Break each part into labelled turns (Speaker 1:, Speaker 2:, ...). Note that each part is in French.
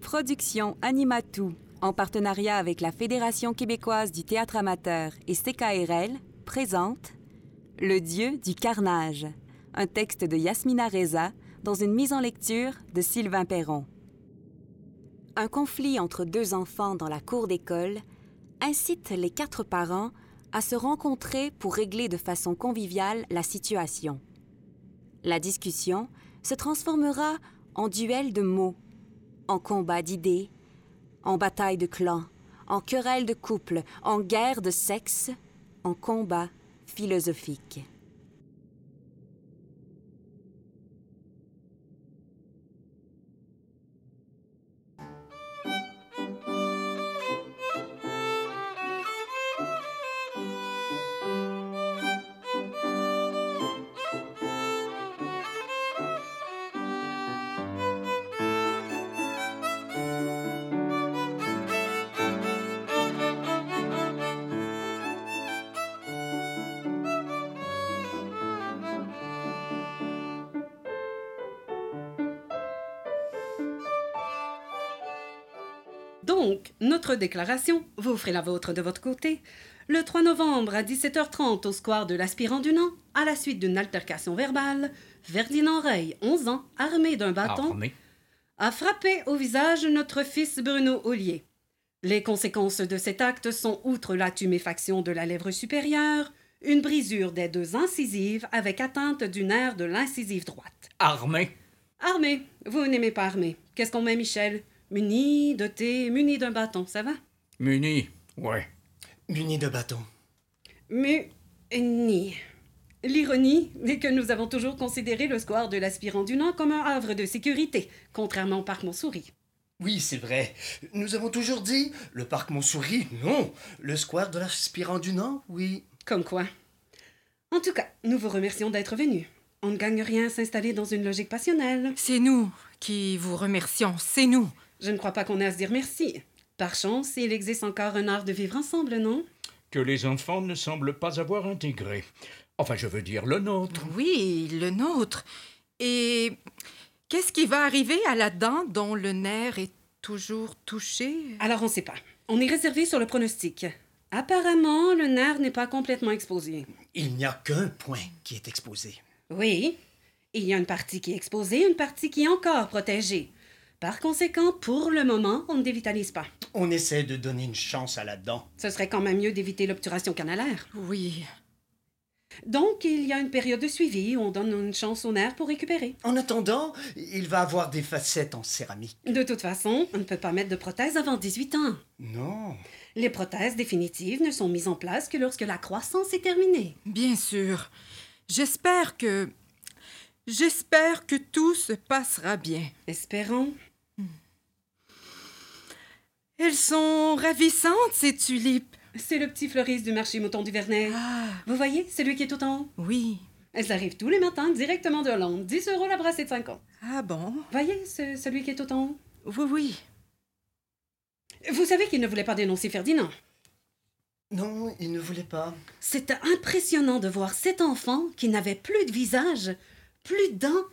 Speaker 1: production Animatou, en partenariat avec la Fédération québécoise du théâtre amateur et CKRL, présente Le Dieu du carnage, un texte de Yasmina Reza dans une mise en lecture de Sylvain Perron. Un conflit entre deux enfants dans la cour d'école incite les quatre parents à se rencontrer pour régler de façon conviviale la situation. La discussion se transformera en duel de mots, en combat d'idées, en bataille de clans, en querelle de couple, en guerre de sexe, en combat philosophique.
Speaker 2: Donc, notre déclaration, vous ferez la vôtre de votre côté. Le 3 novembre à 17h30 au square de l'aspirant du Nant, à la suite d'une altercation verbale, Ferdinand Rey, 11 ans, armé d'un
Speaker 3: Ah,
Speaker 2: bâton,
Speaker 3: Armé.
Speaker 2: a frappé au visage notre fils Bruno Ollier. Les conséquences de cet acte sont, outre la tuméfaction de la lèvre supérieure, une brisure des deux incisives avec atteinte du nerf de l'incisive droite.
Speaker 3: Armé.
Speaker 2: Armé, vous n'aimez pas armé. Qu'est-ce qu'on met, Michel Muni, doté, muni d'un bâton, ça va
Speaker 3: Muni. Ouais.
Speaker 4: Muni de bâton.
Speaker 2: Muni. L'ironie est que nous avons toujours considéré le square de l'aspirant du Nord comme un havre de sécurité, contrairement au parc Montsouris.
Speaker 4: Oui, c'est vrai. Nous avons toujours dit le parc Montsouris, non. Le square de l'aspirant du Nord, oui.
Speaker 2: Comme quoi. En tout cas, nous vous remercions d'être venus. On ne gagne rien à s'installer dans une logique passionnelle.
Speaker 5: C'est nous qui vous remercions, c'est nous.
Speaker 2: Je ne crois pas qu'on ait à se dire merci. Par chance, il existe encore un art de vivre ensemble, non
Speaker 3: Que les enfants ne semblent pas avoir intégré. Enfin, je veux dire le nôtre.
Speaker 5: Oui, le nôtre. Et qu'est-ce qui va arriver à la dent dont le nerf est toujours touché
Speaker 2: Alors on sait pas. On est réservé sur le pronostic. Apparemment, le nerf n'est pas complètement exposé.
Speaker 4: Il n'y a qu'un point qui est exposé.
Speaker 2: Oui. Il y a une partie qui est exposée, une partie qui est encore protégée. Par conséquent, pour le moment, on ne dévitalise pas.
Speaker 4: On essaie de donner une chance à la dent.
Speaker 2: Ce serait quand même mieux d'éviter l'obturation canalaire.
Speaker 5: Oui.
Speaker 2: Donc, il y a une période de suivi où on donne une chance au nerf pour récupérer.
Speaker 4: En attendant, il va avoir des facettes en céramique.
Speaker 2: De toute façon, on ne peut pas mettre de prothèse avant 18 ans.
Speaker 4: Non.
Speaker 2: Les prothèses définitives ne sont mises en place que lorsque la croissance est terminée.
Speaker 5: Bien sûr. J'espère que. J'espère que tout se passera bien.
Speaker 2: Espérons.
Speaker 5: Elles sont ravissantes, ces tulipes.
Speaker 2: C'est le petit fleuriste du marché mouton du Vernet.
Speaker 5: Ah,
Speaker 2: Vous voyez, celui qui est tout en haut.
Speaker 5: oui.
Speaker 2: Elles arrivent tous les matins directement de Londres. 10 euros la brassée de 50.
Speaker 5: Ah bon?
Speaker 2: Voyez, ce- celui qui est tout en haut.
Speaker 5: Oui, oui.
Speaker 2: Vous savez qu'il ne voulait pas dénoncer Ferdinand.
Speaker 4: Non, il ne voulait pas.
Speaker 2: C'était impressionnant de voir cet enfant qui n'avait plus de visage, plus de dents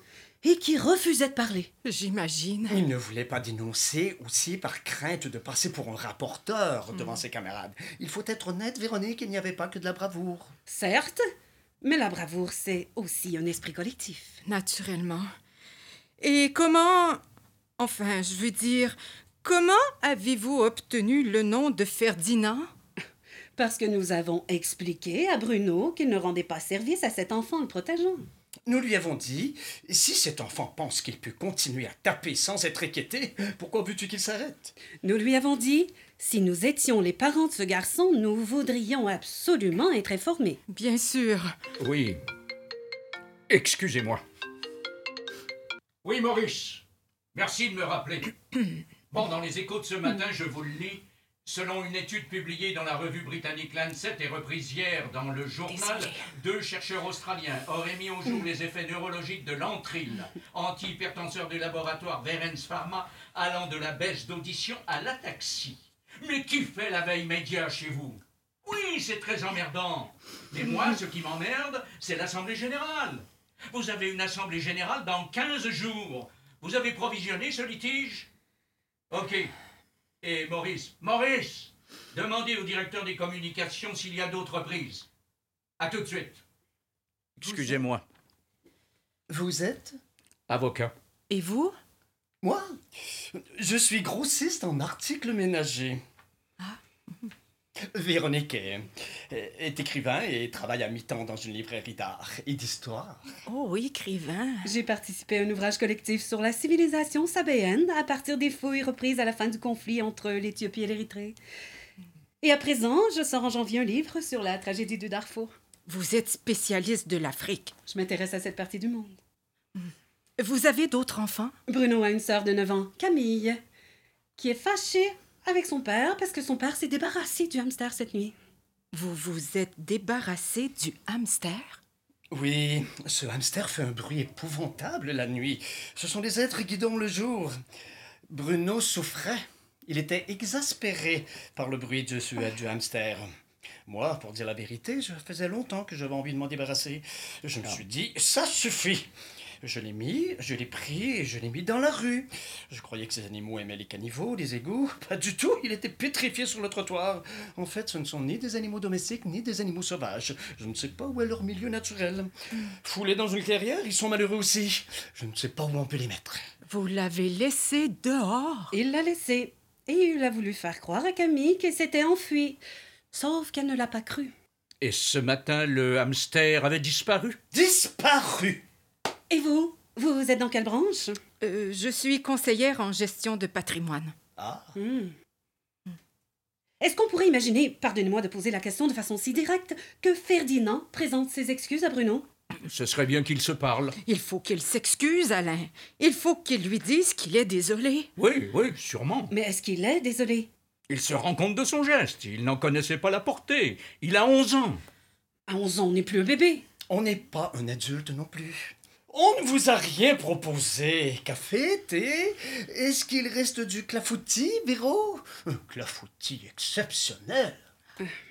Speaker 2: et qui refusait de parler.
Speaker 5: J'imagine.
Speaker 4: Il ne voulait pas dénoncer aussi par crainte de passer pour un rapporteur devant ses camarades. Il faut être honnête, Véronique, il n'y avait pas que de la bravoure.
Speaker 2: Certes, mais la bravoure, c'est aussi un esprit collectif.
Speaker 5: Naturellement. Et comment. Enfin, je veux dire, comment avez-vous obtenu le nom de Ferdinand?
Speaker 2: Parce que nous avons expliqué à Bruno qu'il ne rendait pas service à cet enfant en le protégeant.
Speaker 4: Nous lui avons dit, si cet enfant pense qu'il peut continuer à taper sans être inquiété, pourquoi veux-tu qu'il s'arrête
Speaker 2: Nous lui avons dit, si nous étions les parents de ce garçon, nous voudrions absolument être informés.
Speaker 5: Bien sûr.
Speaker 3: Oui. Excusez-moi. Oui, Maurice. Merci de me rappeler. Bon, dans les échos de ce matin, je vous le lis. Selon une étude publiée dans la revue britannique Lancet et reprise hier dans le journal, deux chercheurs australiens auraient mis au jour les effets neurologiques de l'anthril, antihypertenseur du laboratoire Verens Pharma, allant de la baisse d'audition à l'ataxie. Mais qui fait la veille média chez vous Oui, c'est très emmerdant. Mais moi, ce qui m'emmerde, c'est l'Assemblée générale. Vous avez une Assemblée générale dans 15 jours. Vous avez provisionné ce litige OK. Et Maurice, Maurice, demandez au directeur des communications s'il y a d'autres prises. À tout de suite. Excusez-moi.
Speaker 4: Vous êtes
Speaker 3: Avocat.
Speaker 5: Et vous
Speaker 4: Moi Je suis grossiste en articles ménagers. Ah. Véronique est, est écrivain et travaille à mi-temps dans une librairie d'art et d'histoire.
Speaker 5: Oh, écrivain.
Speaker 2: J'ai participé à un ouvrage collectif sur la civilisation sabéenne à partir des fouilles reprises à la fin du conflit entre l'Éthiopie et l'Érythrée. Et à présent, je sors en janvier un livre sur la tragédie de Darfour.
Speaker 5: Vous êtes spécialiste de l'Afrique.
Speaker 2: Je m'intéresse à cette partie du monde.
Speaker 5: Vous avez d'autres enfants
Speaker 2: Bruno a une sœur de 9 ans, Camille, qui est fâchée avec son père parce que son père s'est débarrassé du hamster cette nuit.
Speaker 5: Vous vous êtes débarrassé du hamster
Speaker 4: Oui, ce hamster fait un bruit épouvantable la nuit. Ce sont les êtres qui dorment le jour. Bruno souffrait. Il était exaspéré par le bruit de ce- du hamster. Moi, pour dire la vérité, je faisais longtemps que j'avais envie de m'en débarrasser. Je me suis dit, ça suffit. Je l'ai mis, je l'ai pris et je l'ai mis dans la rue. Je croyais que ces animaux aimaient les caniveaux, les égouts. Pas du tout, il était pétrifié sur le trottoir. En fait, ce ne sont ni des animaux domestiques ni des animaux sauvages. Je ne sais pas où est leur milieu naturel. Foulés dans une clairière, ils sont malheureux aussi. Je ne sais pas où on peut les mettre.
Speaker 5: Vous l'avez laissé dehors.
Speaker 2: Il l'a laissé et il a voulu faire croire à Camille qu'elle s'était enfuie. Sauf qu'elle ne l'a pas cru.
Speaker 3: Et ce matin, le hamster avait disparu.
Speaker 4: Disparus
Speaker 2: Et vous Vous êtes dans quelle branche
Speaker 5: Euh, je suis conseillère en gestion de patrimoine.
Speaker 4: Ah,
Speaker 2: Hmm. Est-ce qu'on pourrait imaginer, pardonnez-moi de poser la question de façon si directe, que Ferdinand présente ses excuses à Bruno
Speaker 3: Ce serait bien qu'il se parle.
Speaker 5: Il faut qu'il s'excuse, Alain. Il faut qu'il lui dise qu'il est désolé.
Speaker 3: Oui, oui, sûrement.
Speaker 2: Mais est-ce qu'il est désolé
Speaker 3: Il se rend compte de son geste. Il n'en connaissait pas la portée. Il a 11 ans.
Speaker 2: À 11 ans, on n'est plus un bébé.
Speaker 4: on n'est pas un adulte non plus. On ne vous a rien proposé. Café, thé Est-ce qu'il reste du clafoutis, Véro Un clafoutis exceptionnel.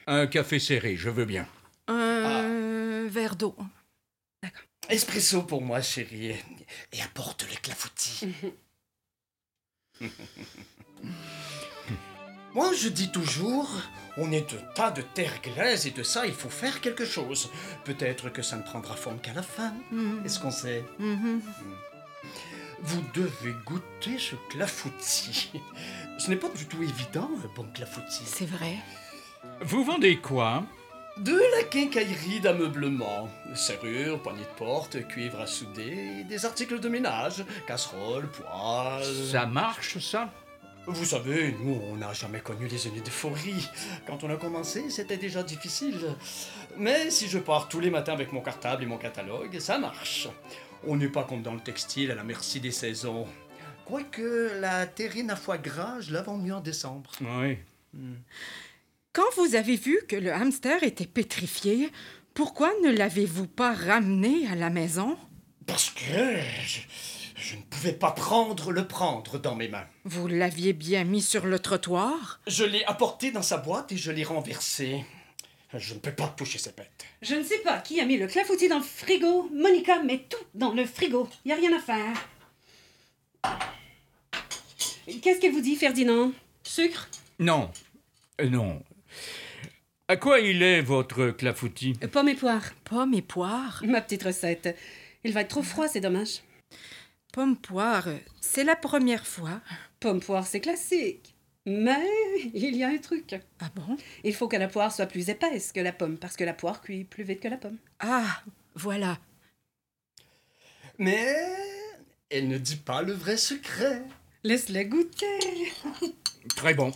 Speaker 3: Un café serré, je veux bien.
Speaker 5: Un verre d'eau.
Speaker 4: Espresso pour moi, chérie. Et apporte le clafoutis. moi, je dis toujours, on est un tas de terre glaise et de ça, il faut faire quelque chose. Peut-être que ça ne prendra forme qu'à la fin. Est-ce qu'on sait
Speaker 5: Mhm.
Speaker 4: Vous devez goûter ce clafoutis. Ce n'est pas du tout évident, un bon clafoutis.
Speaker 5: C'est vrai.
Speaker 3: Vous vendez quoi
Speaker 4: De la quincaillerie d'ameublement. Serrure, poignée de porte, cuivre à souder, des articles de ménage, casseroles, poêles.
Speaker 3: Ça marche, ça
Speaker 4: Vous savez, nous, on n'a jamais connu les années d'euphorie. Quand on a commencé, c'était déjà difficile. Mais si je pars tous les matins avec mon cartable et mon catalogue, ça marche. On n'est pas comme dans le textile, à la merci des saisons. Quoique la terrine à foie gras, je la vends mieux en décembre.
Speaker 3: Oui.
Speaker 5: Quand vous avez vu que le hamster était pétrifié, pourquoi ne l'avez-vous pas ramené à la maison
Speaker 4: Parce que je, je ne pouvais pas prendre le prendre dans mes mains.
Speaker 5: Vous l'aviez bien mis sur le trottoir
Speaker 4: Je l'ai apporté dans sa boîte et je l'ai renversé. Je ne peux pas toucher cette bête.
Speaker 2: Je ne sais pas qui a mis le clafoutis dans le frigo. Monica met tout dans le frigo. Il n'y a rien à faire. Qu'est-ce qu'elle vous dit, Ferdinand Sucre
Speaker 3: Non. Euh, Non. À quoi il est, votre clafoutis
Speaker 2: Pommes et poires.
Speaker 5: Pommes et poires
Speaker 2: Ma petite recette. Il va être trop froid, c'est dommage.
Speaker 5: Pommes poires, c'est la première fois.
Speaker 2: Pommes poires, c'est classique. Mais il y a un truc.
Speaker 5: Ah bon
Speaker 2: Il faut que la poire soit plus épaisse que la pomme, parce que la poire cuit plus vite que la pomme.
Speaker 5: Ah, voilà.
Speaker 4: Mais elle ne dit pas le vrai secret.
Speaker 2: Laisse-la goûter.
Speaker 3: Très bon.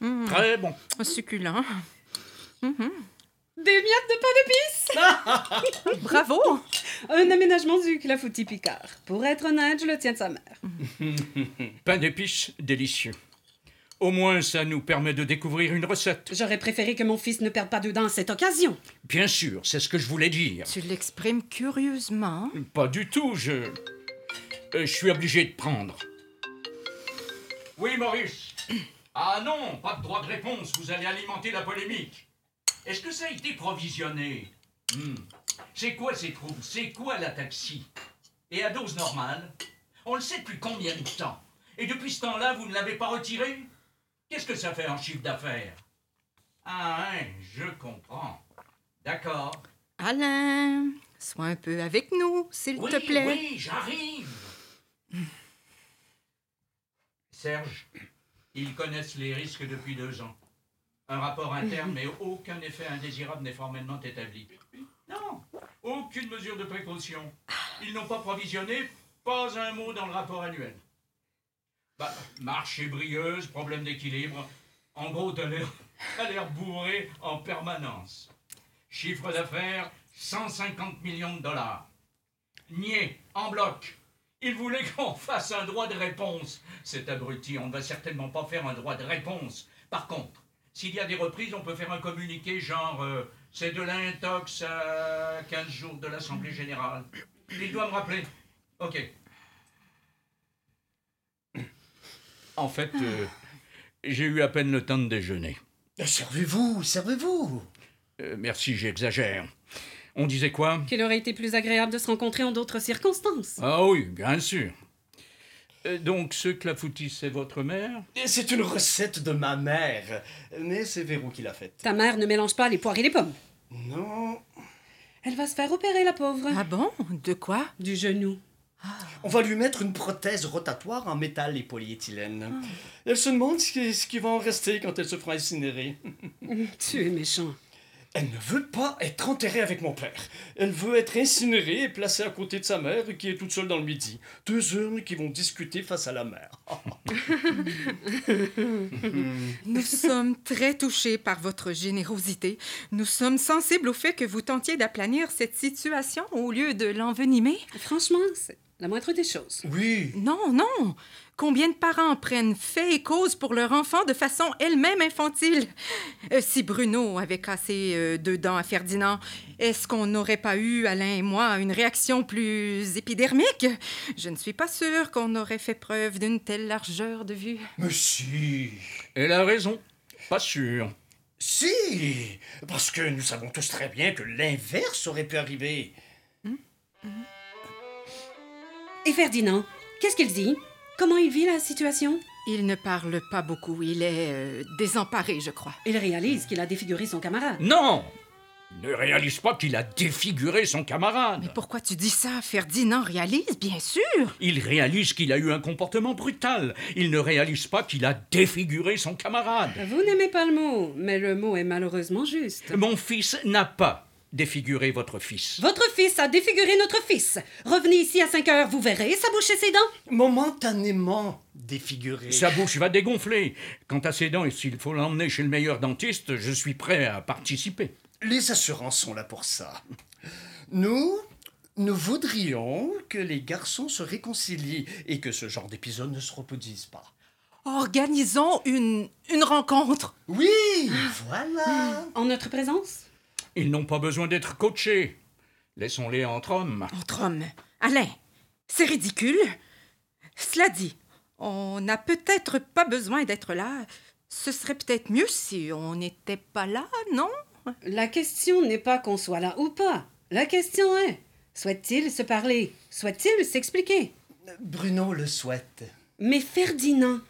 Speaker 5: Mmh,
Speaker 3: Très bon.
Speaker 5: Succulent. Mhm.
Speaker 2: Des miettes de pain d'épices
Speaker 5: Bravo
Speaker 2: Un aménagement du clafoutis picard. Pour être honnête, je le tiens de sa mère.
Speaker 3: Pain d'épices délicieux. Au moins, ça nous permet de découvrir une recette.
Speaker 2: J'aurais préféré que mon fils ne perde pas de dents à cette occasion.
Speaker 3: Bien sûr, c'est ce que je voulais dire.
Speaker 5: Tu l'exprimes curieusement.
Speaker 3: Pas du tout, je. euh, Je suis obligé de prendre. Oui, Maurice. Ah non, pas de droit de réponse, vous allez alimenter la polémique. Est-ce que ça a été provisionné Hmm. C'est quoi ces trous C'est quoi la taxi Et à dose normale On le sait depuis combien de temps Et depuis ce temps-là, vous ne l'avez pas retiré Qu'est-ce que ça fait en chiffre d'affaires Ah, hein, je comprends. D'accord.
Speaker 5: Alain, sois un peu avec nous, s'il
Speaker 3: oui,
Speaker 5: te plaît.
Speaker 3: Oui, j'arrive. Serge, ils connaissent les risques depuis deux ans. Un rapport interne,
Speaker 5: Mhm.
Speaker 3: mais aucun effet indésirable n'est formellement établi. Non, aucune mesure de précaution. Ils n'ont pas provisionné, pas un mot dans le rapport annuel. Bah, marche ébrieuse, problème d'équilibre. En gros, t'as l'air- t'as l'air bourré en permanence. Chiffre d'affaires, 150 millions de dollars. Nier, en bloc. Il voulait qu'on fasse un droit de réponse. Cet abruti, on ne va certainement pas faire un droit de réponse. Par contre, s'il y a des reprises, on peut faire un communiqué genre euh, c'est de l'intox à 15 jours de l'Assemblée Générale. Il doit me rappeler. Ok. En fait, euh, j'ai eu à peine le temps de déjeuner.
Speaker 4: Servez-vous, servez-vous.
Speaker 3: Euh, merci, j'exagère. On disait quoi
Speaker 2: Qu'il aurait été plus agréable de se rencontrer en d'autres circonstances.
Speaker 3: Ah oui, bien sûr. Euh, donc, ce clafoutis, c'est votre mère
Speaker 4: Et C'est une recette de ma mère, mais c'est Vérou qui l'a faite.
Speaker 2: Ta mère ne mélange pas les poires et les pommes.
Speaker 4: Non,
Speaker 2: Elle va se faire opérer, la pauvre.
Speaker 5: Ah bon? De quoi?
Speaker 2: Du genou.
Speaker 4: on va lui mettre une prothèse rotatoire en métal et polyéthylène. Elle se demande ce qui, ce qui va en rester quand elle se fera incinérer.
Speaker 2: Tu es méchant.
Speaker 4: Elle ne veut pas être enterrée avec mon père. Elle veut être incinérée et placée à côté de sa mère qui est toute seule dans le midi. Deux urnes qui vont discuter face à la mer.
Speaker 5: Nous sommes très touchés par votre générosité. Nous sommes sensibles au fait que vous tentiez d'aplanir cette situation au lieu de l'envenimer.
Speaker 2: Franchement, c'est la moindre des choses.
Speaker 4: Oui.
Speaker 5: Non, non. Combien de parents prennent fait et cause pour leur enfant de façon elle-même infantile? Euh, si Bruno avait cassé euh, deux dents à Ferdinand, est-ce qu'on n'aurait pas eu, Alain et moi, une réaction plus épidermique? Je ne suis pas sûre qu'on aurait fait preuve d'une telle largeur de vue.
Speaker 4: Mais si.
Speaker 3: Elle a raison. Pas sûr.
Speaker 4: Si. Parce que nous savons tous très bien que l'inverse aurait pu arriver.
Speaker 2: Et Ferdinand, qu'est-ce qu'il dit Comment il vit la situation
Speaker 5: Il ne parle pas beaucoup. Il est euh, désemparé, je crois.
Speaker 2: Il réalise qu'il a défiguré son camarade.
Speaker 3: Non Il ne réalise pas qu'il a défiguré son camarade.
Speaker 5: Mais pourquoi tu dis ça? Ferdinand réalise, bien sûr.
Speaker 3: Il réalise qu'il a eu un comportement brutal. Il ne réalise pas qu'il a défiguré son camarade.
Speaker 2: Vous n'aimez pas le mot, mais le mot est malheureusement juste.
Speaker 3: Mon fils n'a pas défiguré votre fils.
Speaker 2: Votre fils a défiguré notre fils. Revenez ici à 5 heures, vous verrez sa bouche et ses dents.
Speaker 4: Momentanément défigurée.
Speaker 3: Sa bouche va dégonfler. Quant à ses dents, et s'il faut l'emmener chez le meilleur dentiste, je suis prêt à participer.
Speaker 4: Les assurances sont là pour ça. Nous, nous voudrions que les garçons se réconcilient et que ce genre d'épisode ne se reproduise pas.
Speaker 5: Organisons une, une rencontre.
Speaker 4: Oui, Ah. voilà.
Speaker 2: En notre présence
Speaker 3: Ils n'ont pas besoin d'être coachés. Laissons-les entre hommes.
Speaker 5: Entre hommes. Alain, c'est ridicule. Cela dit, on n'a peut-être pas besoin d'être là. Ce serait peut-être mieux si on n'était pas là, non?
Speaker 2: La question n'est pas qu'on soit là ou pas. La question est souhaite-t-il se parler Souhaite-t-il s'expliquer
Speaker 4: Bruno le souhaite.
Speaker 2: Mais Ferdinand,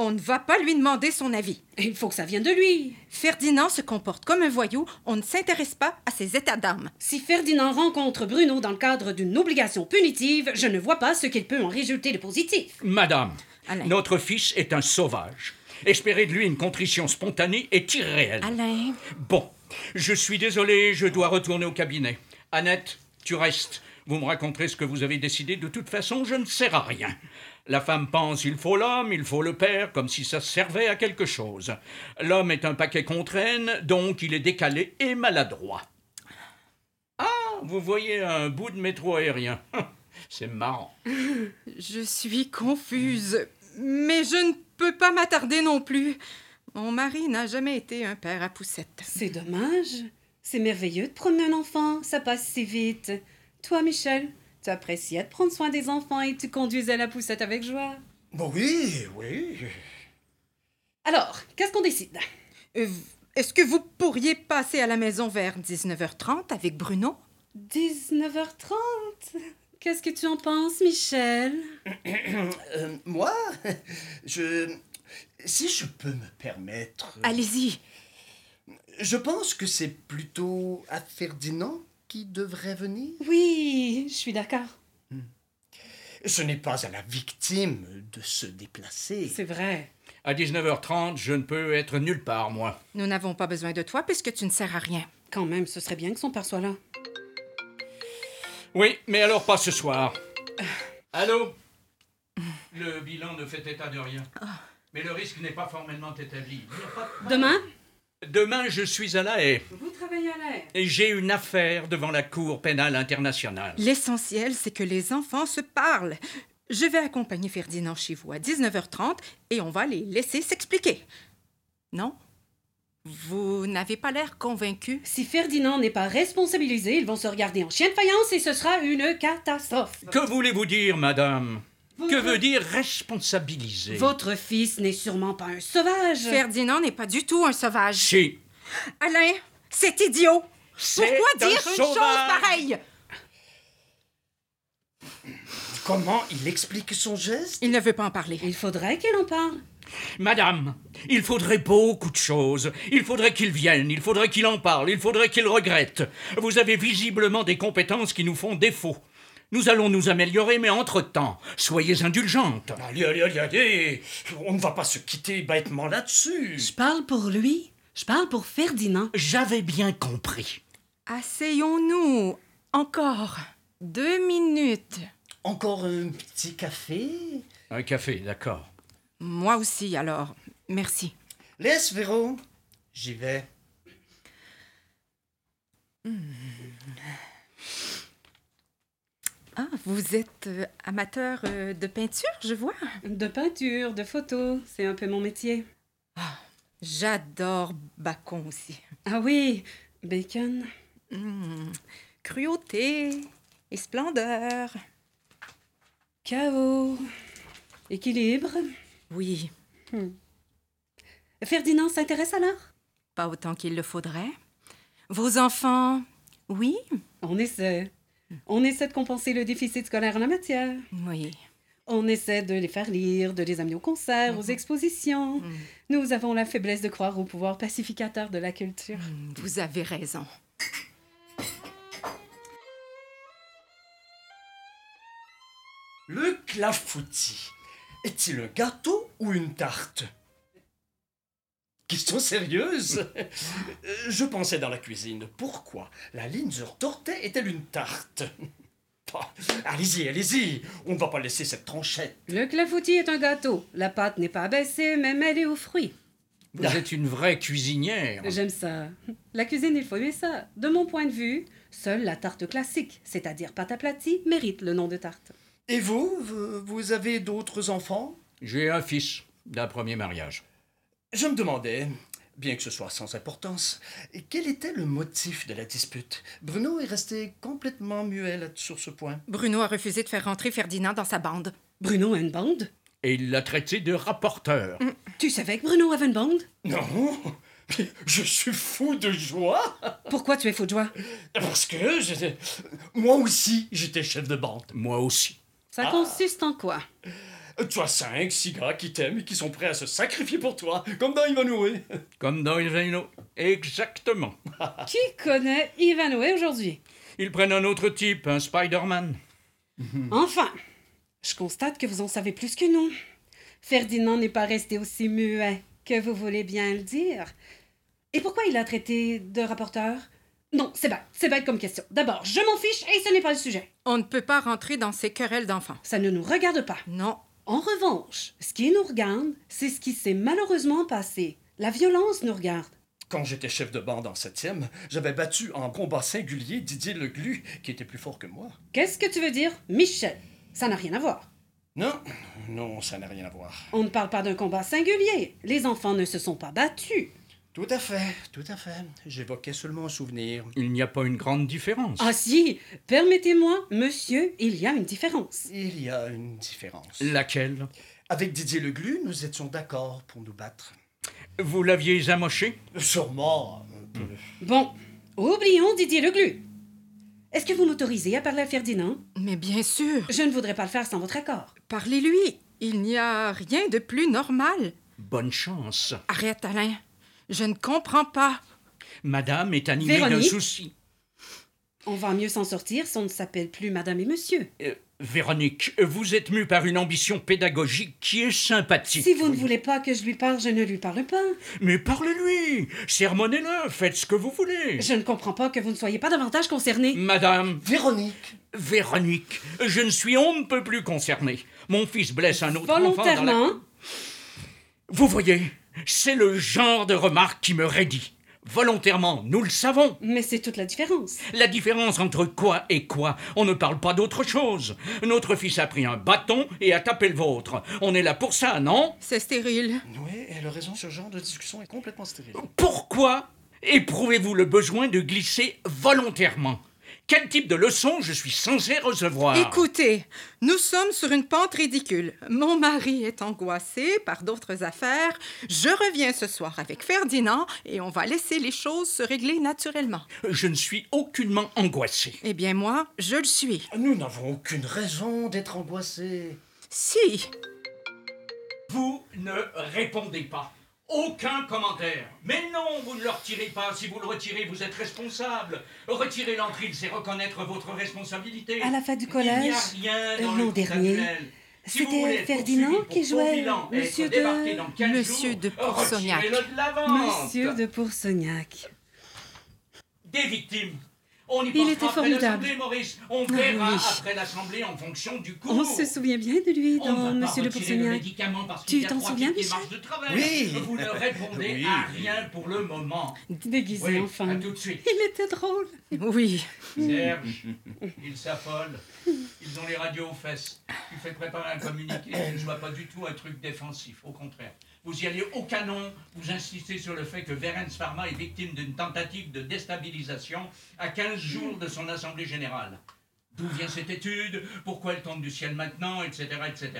Speaker 5: On ne va pas lui demander son avis.
Speaker 2: il faut que ça vienne de lui.
Speaker 5: Ferdinand se comporte comme un voyou. On ne s'intéresse pas à ses états d'âme.
Speaker 2: Si Ferdinand rencontre Bruno dans le cadre d'une obligation punitive, je ne vois pas ce qu'il peut en résulter de positif.
Speaker 3: Madame,
Speaker 5: Alain.
Speaker 3: notre fils est un sauvage. Espérer de lui une contrition spontanée est irréel.
Speaker 5: Alain,
Speaker 3: Bon, je suis désolé, je dois retourner au cabinet. Annette, tu restes. Vous me raconterez ce que vous avez décidé. De toute façon, je ne sers à rien. La femme pense il faut l'homme, il faut le père, comme si ça servait à quelque chose. L'homme est un paquet contraine, donc il est décalé et maladroit. Ah, vous voyez un bout de métro aérien. C'est marrant.
Speaker 5: Je suis confuse, mais je ne peux pas m'attarder non plus. Mon mari n'a jamais été un père à poussette.
Speaker 2: C'est dommage. C'est merveilleux de promener un enfant, ça passe si vite. Toi, Michel, tu appréciais de prendre soin des enfants et tu conduisais la poussette avec joie.
Speaker 4: Bon, oui, oui.
Speaker 2: Alors, qu'est-ce qu'on décide
Speaker 5: Euh, Est-ce que vous pourriez passer à la maison vers 19h30 avec Bruno?
Speaker 2: 19h30 Qu'est-ce que tu en penses, Michel
Speaker 4: Euh, moi, je... Si je peux me permettre...
Speaker 5: Allez-y.
Speaker 4: Je pense que c'est plutôt à Ferdinand qui devrait venir.
Speaker 2: Oui, je suis d'accord.
Speaker 4: Ce n'est pas à la victime de se déplacer.
Speaker 2: C'est vrai.
Speaker 3: À 19h30, je ne peux être nulle part, moi.
Speaker 5: Nous n'avons pas besoin de toi puisque tu ne sers à rien.
Speaker 2: Quand même, ce serait bien que son père soit là.
Speaker 3: Oui, mais alors pas ce soir. Allô Le bilan ne fait état de rien. Mais le risque n'est pas formellement établi.
Speaker 2: Demain
Speaker 3: Demain, je suis à La Haye
Speaker 2: Vous travaillez à l'air.
Speaker 3: et j'ai une affaire devant la Cour pénale internationale.
Speaker 5: L'essentiel, c'est que les enfants se parlent. Je vais accompagner Ferdinand chez vous à 19h30 et on va les laisser s'expliquer. Non? Vous n'avez pas l'air convaincu.
Speaker 2: Si Ferdinand n'est pas responsabilisé, ils vont se regarder en chien de faïence et ce sera une catastrophe.
Speaker 3: Que voulez-vous dire, madame
Speaker 2: Votre-
Speaker 3: Que veut dire responsabiliser
Speaker 2: Votre fils n'est sûrement pas un sauvage.
Speaker 5: Ferdinand n'est pas du tout un sauvage.
Speaker 3: Si.
Speaker 5: Alain, c'est idiot.
Speaker 3: C'est
Speaker 5: Pourquoi
Speaker 3: un
Speaker 5: dire une chose
Speaker 3: sauvage.
Speaker 5: pareille?
Speaker 4: Comment il explique son geste
Speaker 5: Il ne veut pas en parler.
Speaker 2: Il faudrait qu'il en parle.
Speaker 3: Madame, il faudrait beaucoup de choses. Il faudrait qu'il vienne, il faudrait qu'il en parle, il faudrait qu'il regrette. Vous avez visiblement des compétences qui nous font défaut. Nous allons nous améliorer, mais entre-temps, soyez indulgente.
Speaker 4: Allez, allez, allez, allez On ne va pas se quitter bêtement là-dessus.
Speaker 2: Je parle pour lui. Je parle pour Ferdinand.
Speaker 3: J'avais bien compris.
Speaker 5: Asseyons-nous. Encore deux minutes.
Speaker 4: Encore un petit café
Speaker 3: Un café, d'accord.
Speaker 5: Moi aussi, alors. Merci.
Speaker 4: Laisse, Véro. J'y vais.
Speaker 5: Ah, vous êtes euh, amateur euh, de peinture, je vois.
Speaker 2: De peinture, de photos, c'est un peu mon métier.
Speaker 5: J'adore Bacon aussi.
Speaker 2: Ah oui, Bacon.
Speaker 5: Hmm, Cruauté et splendeur.
Speaker 2: Chaos. Équilibre.
Speaker 5: Oui,
Speaker 2: Ferdinand s'intéresse à l'art
Speaker 5: pas autant qu'il le faudrait. Vos enfants, oui,
Speaker 2: On essaie. On essaie de compenser le déficit scolaire en la matière.
Speaker 5: oui.
Speaker 2: On essaie de les faire lire, de les amener aux concerts, aux expositions.
Speaker 5: Mhm.
Speaker 2: Nous avons la faiblesse de croire au pouvoir pacificateur de la culture.
Speaker 5: Vous avez raison.
Speaker 4: Le clafoutis. Est-il un gâteau ou une tarte Question sérieuse Euh, Je pensais dans la cuisine. Pourquoi la ligne sur tortée est-elle une tarte Bah, Allez-y, allez-y On ne va pas laisser cette tranchette.
Speaker 2: Le clafoutis est un gâteau. La pâte n'est pas abaissée, mais mêlée aux fruits.
Speaker 3: Vous êtes une vraie cuisinière.
Speaker 2: J'aime ça. La cuisine, il faut aimer ça. De mon point de vue, seule la tarte classique, c'est-à-dire pâte aplatie, mérite le nom de tarte.
Speaker 4: Et vous, vous vous avez d'autres enfants
Speaker 3: J'ai un fils d'un premier mariage.
Speaker 4: Je me demandais, bien que ce soit sans importance, quel était le motif de la dispute Bruno est resté complètement muet là- sur ce point.
Speaker 5: Bruno a refusé de faire rentrer Ferdinand dans sa bande.
Speaker 2: Bruno a une bande
Speaker 3: Et il l'a traité de rapporteur.
Speaker 2: Tu savais que Bruno avait une bande
Speaker 4: Non mais Je suis fou de joie
Speaker 2: Pourquoi tu es faux de joie
Speaker 4: Parce que j'étais- moi aussi, j'étais chef de bande.
Speaker 3: Moi aussi.
Speaker 2: Ça
Speaker 4: Ah.
Speaker 2: consiste en quoi
Speaker 4: Tu as cinq, six gars qui t'aiment et qui sont prêts à se sacrifier pour toi, comme dans Ivanoué.
Speaker 3: Comme dans Ivanhoe. Exactement.
Speaker 2: Qui connaît Ivanhoe aujourd'hui
Speaker 3: Ils prennent un autre type, un Spider-Man.
Speaker 2: Enfin, je constate que vous en savez plus que nous. Ferdinand n'est pas resté aussi muet que vous voulez bien le dire. Et pourquoi il a traité de rapporteur Non, c'est bête, c'est bête comme question. D'abord, je m'en fiche et ce n'est pas le sujet.
Speaker 5: On ne peut pas rentrer dans ces querelles d'enfants.
Speaker 2: Ça ne nous regarde pas.
Speaker 5: Non,
Speaker 2: En revanche, ce qui nous regarde, c'est ce qui s'est malheureusement passé. La violence nous regarde.
Speaker 4: Quand j'étais chef de bande en septième, j'avais battu en combat singulier Didier Leglu, qui était plus fort que moi.
Speaker 2: Qu'est-ce que tu veux dire, Michel Ça n'a rien à voir.
Speaker 4: Non, non, ça n'a rien à voir.
Speaker 2: On ne parle pas d'un combat singulier. Les enfants ne se sont pas battus.
Speaker 4: Tout à fait, tout à fait. J'évoquais seulement un souvenir.
Speaker 3: Il n'y a pas une grande différence.
Speaker 2: Ah si, permettez-moi, monsieur, il y a une différence.
Speaker 4: Il y a une différence.
Speaker 3: Laquelle
Speaker 4: Avec Didier Leglu, nous étions d'accord pour nous battre.
Speaker 3: Vous l'aviez amoché
Speaker 4: Sûrement. euh,
Speaker 2: Bon, oublions Didier Leglu. Est-ce que vous m'autorisez à parler à Ferdinand
Speaker 5: Mais bien sûr,
Speaker 2: Je ne voudrais pas le faire sans votre accord.
Speaker 5: parlez-lui. Il n'y a rien de plus normal.
Speaker 3: Bonne chance.
Speaker 5: Arrête, Alain. Je ne comprends pas.
Speaker 3: Madame est animée d'un
Speaker 2: Véronique?
Speaker 3: souci.
Speaker 2: On va mieux s'en sortir si on ne s'appelle plus Madame et Monsieur.
Speaker 3: Euh, Véronique, vous êtes mue par une ambition pédagogique qui est sympathique.
Speaker 2: Si vous ne voulez pas que je lui parle, je ne lui parle pas.
Speaker 3: Mais parlez-lui, sermonnez-le, faites ce que vous voulez.
Speaker 2: Je ne comprends pas que vous ne soyez pas davantage
Speaker 3: Hum,
Speaker 2: concerné.
Speaker 3: Madame,
Speaker 4: Véronique,
Speaker 3: Véronique, je ne suis on ne peut plus concerné. Mon fils blesse un autre enfant. dans la-
Speaker 2: Volontairement,
Speaker 3: Vous voyez, c'est le genre de remarque qui me raidit. Volontairement, nous le savons.
Speaker 2: mais c'est toute la différence.
Speaker 3: La différence entre quoi et quoi, on ne parle pas d'autre chose. Notre fils a pris un bâton et a tapé le vôtre. On est là pour ça, non
Speaker 5: C'est stérile.
Speaker 4: oui, elle a raison, ce genre de discussion est complètement stérile.
Speaker 3: Pourquoi éprouvez-vous le besoin de glisser volontairement Quel type de leçon je suis censé recevoir
Speaker 5: Écoutez, nous sommes sur une pente ridicule. Mon mari est angoissé par d'autres affaires. Je reviens ce soir avec Ferdinand et on va laisser les choses se régler naturellement.
Speaker 3: Je ne suis aucunement angoissé.
Speaker 5: Eh bien, moi, je le suis.
Speaker 4: Nous n'avons aucune raison d'être angoissés.
Speaker 5: Si,
Speaker 3: Vous ne répondez pas. Aucun commentaire. Mais non, vous ne le retirez pas. Si vous le retirez, vous êtes responsable. Retirer l'entrille, c'est reconnaître votre responsabilité.
Speaker 2: À la fin du collège, euh,
Speaker 3: Il n'y a rien dans
Speaker 2: l'an
Speaker 3: le coup
Speaker 2: dernier,
Speaker 3: actuel. Si vous
Speaker 2: c'était
Speaker 3: voulez être
Speaker 2: Ferdinand
Speaker 3: poursuivi
Speaker 2: qui
Speaker 3: pour
Speaker 2: jouait
Speaker 3: Courbilan et être
Speaker 2: Monsieur de-
Speaker 3: débarqué dans quinze
Speaker 5: Monsieur
Speaker 3: jours,
Speaker 5: de Poursognac.
Speaker 3: retirez-le de la vente.
Speaker 2: Monsieur de Poursognac.
Speaker 3: des victimes. On y
Speaker 2: Il
Speaker 3: pensera
Speaker 2: était
Speaker 3: après
Speaker 2: formidable. Ah
Speaker 3: l'Assemblée, Maurice. On verra
Speaker 2: oui.
Speaker 3: après l'assemblée en fonction du cours.
Speaker 2: On se souvient bien de lui
Speaker 3: On
Speaker 2: dans
Speaker 3: ne va
Speaker 2: Monsieur
Speaker 3: pas
Speaker 2: de
Speaker 3: retirer le
Speaker 2: Poursognac.
Speaker 3: médicament parce qu'il
Speaker 2: Tu
Speaker 3: y a
Speaker 2: t'en
Speaker 3: trois
Speaker 2: souviens,
Speaker 3: petites
Speaker 2: Michel
Speaker 3: démarches de travers.
Speaker 4: Oui.
Speaker 3: Vous ne répondez
Speaker 4: Oui.
Speaker 3: à rien pour le moment.
Speaker 2: Déguisé
Speaker 3: Oui, à
Speaker 2: enfin.
Speaker 3: tout de suite.
Speaker 2: Il était drôle.
Speaker 5: oui.
Speaker 3: Serge, ils s'affolent. Ils ont les radios aux fesses. Tu fais préparer un communiqué. Je ne vois pas du tout un truc défensif. Au contraire. Vous y allez au canon. Vous insistez sur le fait que Verens Pharma est victime d'une tentative de déstabilisation à 15 jours de son assemblée générale. D'où vient cette étude Pourquoi elle tombe du ciel maintenant Etc. etc.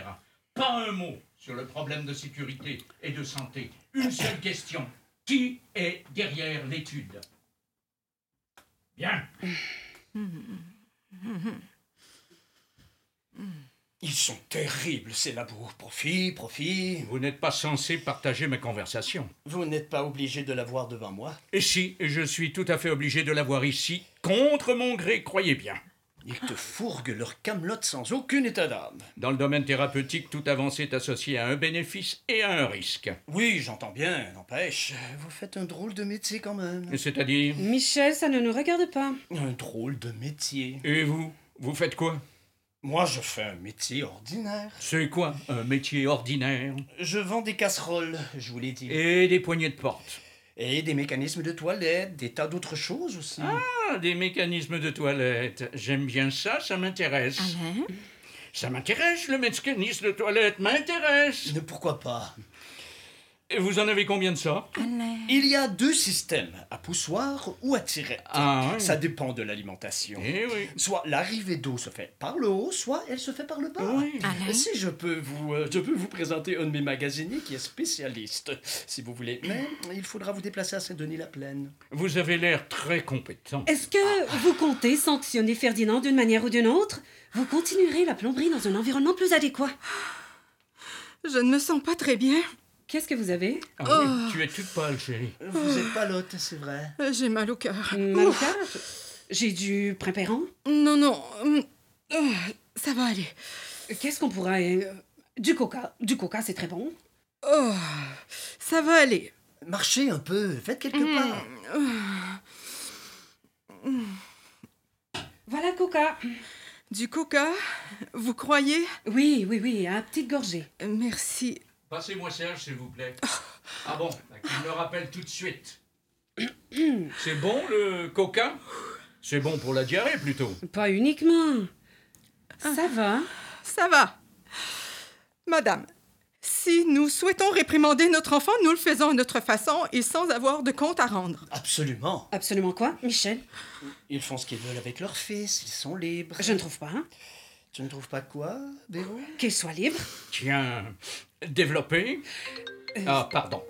Speaker 3: Pas un mot sur le problème de sécurité et de santé. Une seule question. Qui est derrière l'étude Bien.
Speaker 4: Ils sont terribles, ces labours. Profit, profit.
Speaker 3: Vous n'êtes pas censé partager ma conversation.
Speaker 4: Vous n'êtes pas obligé de l'avoir devant moi.
Speaker 3: Et si je suis tout à fait obligé de l'avoir ici, contre mon gré, croyez bien.
Speaker 4: Ils te fourguent leur camelote sans aucun état d'âme.
Speaker 3: Dans le domaine thérapeutique, toute avancée est associée à un bénéfice et à un risque.
Speaker 4: Oui, j'entends bien, n'empêche. Vous faites un drôle de métier quand même.
Speaker 3: C'est-à-dire,
Speaker 2: Michel, ça ne nous regarde pas.
Speaker 4: Un drôle de métier.
Speaker 3: et vous Vous faites quoi
Speaker 4: Moi, je fais un métier ordinaire.
Speaker 3: C'est quoi Un métier ordinaire
Speaker 4: Je vends des casseroles, je vous l'ai dit. Et,
Speaker 3: Et des poignées de porte.
Speaker 4: des mécanismes de toilette, des tas d'autres choses aussi.
Speaker 3: Ah, des mécanismes de toilette. J'aime bien ça, ça m'intéresse.
Speaker 5: Alain,
Speaker 3: Ça m'intéresse, le mécanisme de toilette m'intéresse.
Speaker 4: Ne pourquoi pas
Speaker 3: Et vous en avez combien de ça
Speaker 4: Il y a deux systèmes, à poussoir ou à tirette.
Speaker 3: Ah, oui.
Speaker 4: Ça dépend de l'alimentation.
Speaker 3: Eh oui.
Speaker 4: Soit l'arrivée d'eau se fait par le haut, soit elle se fait par le bas.
Speaker 3: Oui.
Speaker 5: Alain.
Speaker 4: Si je peux vous, euh, je peux vous présenter un de mes magasiniers qui est spécialiste, si vous voulez. Mais il faudra vous déplacer à Saint-Denis-la-Plaine.
Speaker 3: Vous avez l'air très compétent.
Speaker 2: Est-ce que vous comptez sanctionner Ferdinand d'une manière ou d'une autre Vous continuerez la plomberie dans un environnement plus adéquat.
Speaker 5: je ne me sens pas très bien.
Speaker 2: Qu'est-ce que vous avez
Speaker 3: Ah
Speaker 5: Oh.
Speaker 3: oui, tu es toute pâle, chérie.
Speaker 4: Vous êtes pas l'hôte, c'est vrai.
Speaker 5: Euh, J'ai mal au cœur.
Speaker 2: Mal au
Speaker 5: Ouf.
Speaker 2: cœur J'ai du primpérant
Speaker 5: Non, non. hum, euh, Ça va aller.
Speaker 2: Qu'est-ce qu'on pourrait... euh, Du coca. Du coca, c'est très bon.
Speaker 5: Oh, ça va aller.
Speaker 4: Marchez un peu, faites quelque part.
Speaker 2: Voilà le coca.
Speaker 5: Du coca, vous croyez
Speaker 2: Oui, oui, oui, à petite gorgée.
Speaker 5: Merci.
Speaker 3: Passez-moi Serge, s'il vous plaît. Ah bon, il me rappelle tout de suite. C'est bon le coca C'est bon pour la diarrhée plutôt.
Speaker 2: Pas uniquement. Ça va.
Speaker 5: Ça va. Madame, si nous souhaitons réprimander notre enfant, nous le faisons à notre façon et sans avoir de compte à rendre.
Speaker 4: Absolument.
Speaker 2: Absolument quoi, Michel
Speaker 4: Ils font ce qu'ils veulent avec leur fils, ils sont libres.
Speaker 2: Je ne trouve pas. hein.
Speaker 4: Tu ne trouves pas quoi, Béro
Speaker 2: Qu'il soit libre.
Speaker 3: Tiens, développé. Ah, pardon.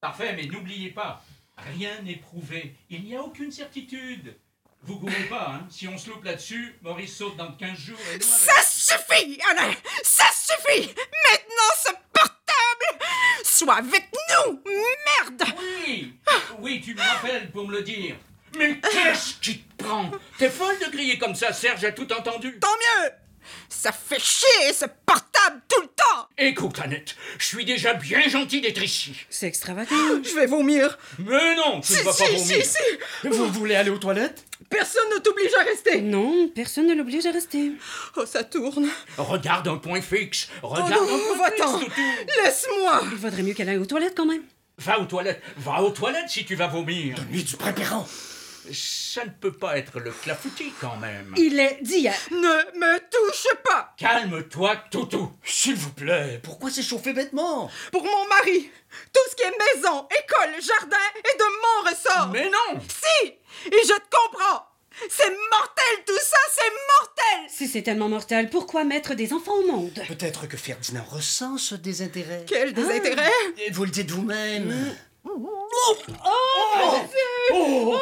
Speaker 3: Parfait, mais n'oubliez pas, rien n'est prouvé. Il n'y a aucune certitude. Vous courez pas, hein Si on se loupe là-dessus, Maurice saute dans 15 jours et nous avec.
Speaker 5: Ça suffit, Alain! Ça suffit! Maintenant, ce portable! Sois avec nous! Merde!
Speaker 3: Oui Oui, tu me rappelles pour me le dire. Mais qu'est-ce qui te prend T'es folle de crier comme ça, Serge a tout entendu.
Speaker 5: Tant mieux! Ça fait chier, ce portable, tout le temps!
Speaker 3: Écoute, Annette, je suis déjà bien gentil d'être ici.
Speaker 2: C'est extravagant.
Speaker 5: Je vais vomir.
Speaker 3: Mais non, tu ne
Speaker 5: Si,
Speaker 3: vas pas
Speaker 5: si, si,
Speaker 3: vomir.
Speaker 5: si!
Speaker 4: Vous voulez aller aux toilettes
Speaker 5: Personne ne t'oblige à rester.
Speaker 2: Non, personne ne l'oblige à rester.
Speaker 5: Oh, ça tourne.
Speaker 3: Regarde un point fixe.
Speaker 5: Oh
Speaker 3: Regarde
Speaker 5: non,
Speaker 3: un point
Speaker 5: va-t'en.
Speaker 3: fixe, Toutou.
Speaker 5: Laisse-moi.
Speaker 2: Il vaudrait mieux qu'elle aille aux toilettes quand même.
Speaker 3: Va aux toilettes. Va aux toilettes si tu vas vomir.
Speaker 4: Nuit du préparant.
Speaker 3: Ça ne peut pas être le clafoutis quand même.
Speaker 2: Il est d'hier.
Speaker 5: Ne me touche pas.
Speaker 3: Calme-toi, Toutou.
Speaker 4: S'il vous plaît, pourquoi s'échauffer bêtement
Speaker 5: Pour mon mari, tout ce qui est maison, école, jardin est de mon ressort.
Speaker 3: Mais non
Speaker 5: Si! Et je te comprends. C'est mortel, tout ça, c'est mortel.
Speaker 2: Si c'est tellement mortel, pourquoi mettre des enfants au monde
Speaker 4: Peut-être que Ferdinand ressent ce désintérêt.
Speaker 5: Quel désintérêt.
Speaker 3: Ah.
Speaker 4: Et Vous le dites vous-même.
Speaker 3: Oh,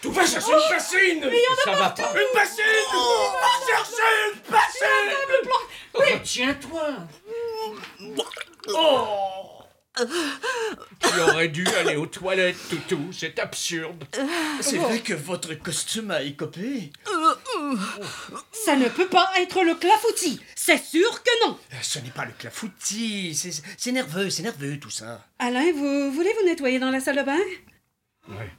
Speaker 3: Tout va chercher une bassine Ça va pas. Une bassine Cherchez une bassine Retiens-toi Oh Tu aurais dû aller aux toilettes, Toutou, c'est absurde.
Speaker 4: C'est vrai que votre costume a écopé.
Speaker 2: Ça ne peut pas être le clafoutis. C'est sûr que non.
Speaker 4: Euh, Ce n'est pas le clafoutis. C'est c'est nerveux, c'est nerveux tout ça.
Speaker 2: Alain, vous voulez vous nettoyer dans la salle de bain
Speaker 3: Ouais.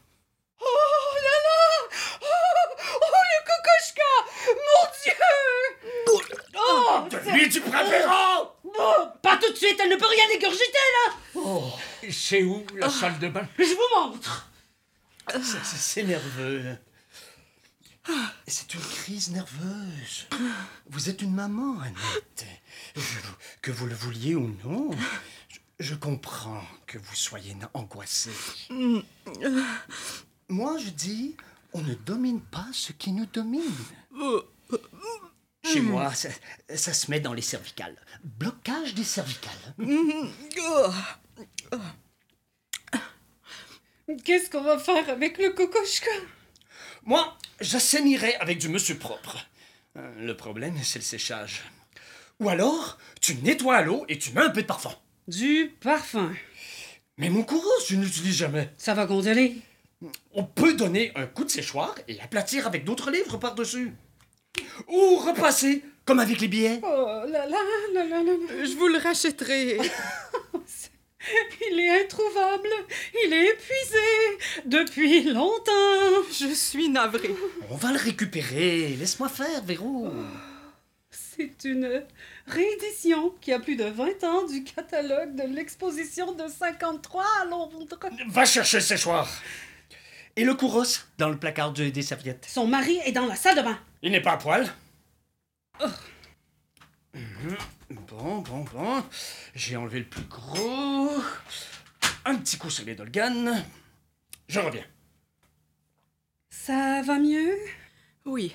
Speaker 5: Oh là là! Oh, oh le cocochka! Mon Dieu!
Speaker 2: Oh
Speaker 3: Lui du préférant
Speaker 2: bon, Pas tout de suite, elle ne peut rien égurgiter là.
Speaker 3: C'est où, la salle de bain
Speaker 2: Je vous montre.
Speaker 4: C'est- c'est- C'est nerveux. C'est une crise nerveuse. Vous êtes une maman, Annette. Je- Que vous le vouliez ou non, je, je comprends que vous soyez na- angoissée. Moi, je dis, on ne domine pas ce qui nous domine. Chez moi, ça, ça se met dans les cervicales. Blocage des cervicales.
Speaker 5: Oh.
Speaker 2: Qu'est-ce qu'on va faire avec le cocochka
Speaker 4: Moi, j'assainirai avec du monsieur propre. Euh, Le problème, c'est le séchage. Ou alors, tu nettoies à l'eau et tu mets un peu de parfum.
Speaker 2: Du parfum.
Speaker 4: Mais mon courage, je ne l'utilise jamais.
Speaker 2: Ça va gondoler.
Speaker 4: On peut donner un coup de séchoir et aplatir avec d'autres livres par-dessus. Ou repasser, comme avec les billets.
Speaker 2: Oh là là là là là. là.
Speaker 5: Je vous le rachèterai.
Speaker 2: Il est introuvable. Il est épuisé depuis longtemps.
Speaker 5: Je suis navrée.
Speaker 4: On va le récupérer. Laisse-moi faire, Véro.
Speaker 2: C'est une réédition qui a plus de 20 ans du catalogue de l'exposition de 53 à Londres.
Speaker 4: Va chercher le séchoir. Et le couros dans le placard de- des serviettes.
Speaker 2: Son mari est dans la salle de bain.
Speaker 4: Il n'est pas à poil. Mhm. Oh. Bon, bon, bon. J'ai enlevé le plus gros. Un petit coup sur les dolganes. Je reviens.
Speaker 2: Ça va mieux
Speaker 5: Oui.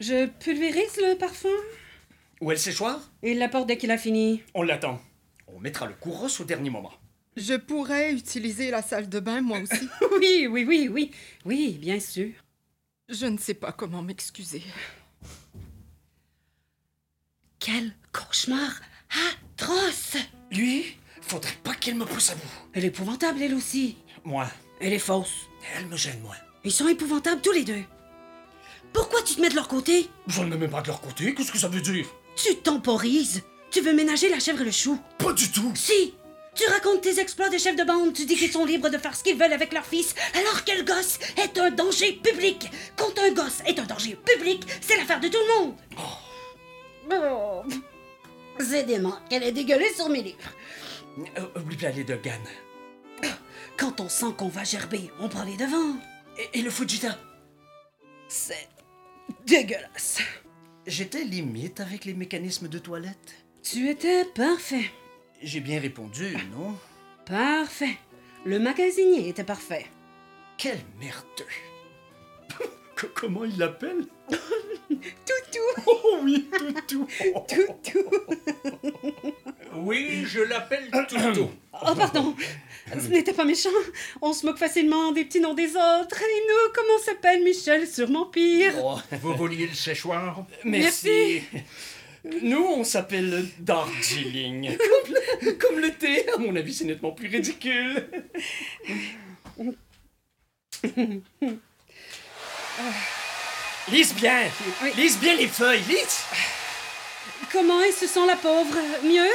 Speaker 2: Je pulvérise le parfum
Speaker 4: Où est le séchoir
Speaker 2: Il l'apporte dès qu'il a fini.
Speaker 4: On l'attend. On mettra le couros au dernier moment.
Speaker 5: Je pourrais utiliser la salle de bain, moi aussi.
Speaker 2: Oui, oui, oui, oui. Oui, bien sûr.
Speaker 5: Je ne sais pas comment m'excuser.
Speaker 2: Quel cauchemar atroce
Speaker 4: Lui, faudrait pas qu'il me pousse à bout.
Speaker 2: Elle est épouvantable, elle aussi.
Speaker 4: Moi,
Speaker 2: Elle est fausse.
Speaker 4: elle me gêne moins.
Speaker 2: Ils sont épouvantables tous les deux. Pourquoi tu te mets de leur côté
Speaker 4: Je ne me mets pas de leur côté, qu'est-ce que ça veut dire
Speaker 2: Tu temporises. Tu veux ménager la chèvre et le chou.
Speaker 4: Pas du tout
Speaker 2: Si Tu racontes tes exploits de chef de bande, tu dis qu'ils sont libres de faire ce qu'ils veulent avec leur fils, alors que le gosse est un danger public Quand un gosse est un danger public, c'est l'affaire de tout le monde Oh. C'est dément qu'elle est dégueulée sur mes livres
Speaker 4: Euh, Oublie pas les dolganes.
Speaker 2: Quand on sent qu'on va gerber, on prend les devants
Speaker 4: Et, et le Fujita
Speaker 2: C'est dégueulasse
Speaker 4: J'étais limite avec les mécanismes de toilette.
Speaker 2: Tu étais parfait,
Speaker 4: J'ai bien répondu, non
Speaker 2: parfait Le magasinier était parfait
Speaker 4: Quel merdeux co- comment il l'appelle
Speaker 2: Toutou,
Speaker 4: Oh oui, toutou. Oh,
Speaker 2: toutou.
Speaker 3: Oui, je l'appelle Toutou.
Speaker 2: Oh, pardon, ce n'était pas méchant. On se moque facilement des petits noms des autres. Et nous, comment s'appelle Michel sur mon pire
Speaker 4: oh,
Speaker 3: Vous vouliez le séchoir
Speaker 4: merci. Nous, on s'appelle Darjeeling. comme, le- comme le thé. À mon avis, c'est nettement plus ridicule. Lise bien.
Speaker 2: Oui.
Speaker 4: Lise bien les feuilles. Lise.
Speaker 2: Comment est-ce sent la pauvre Mieux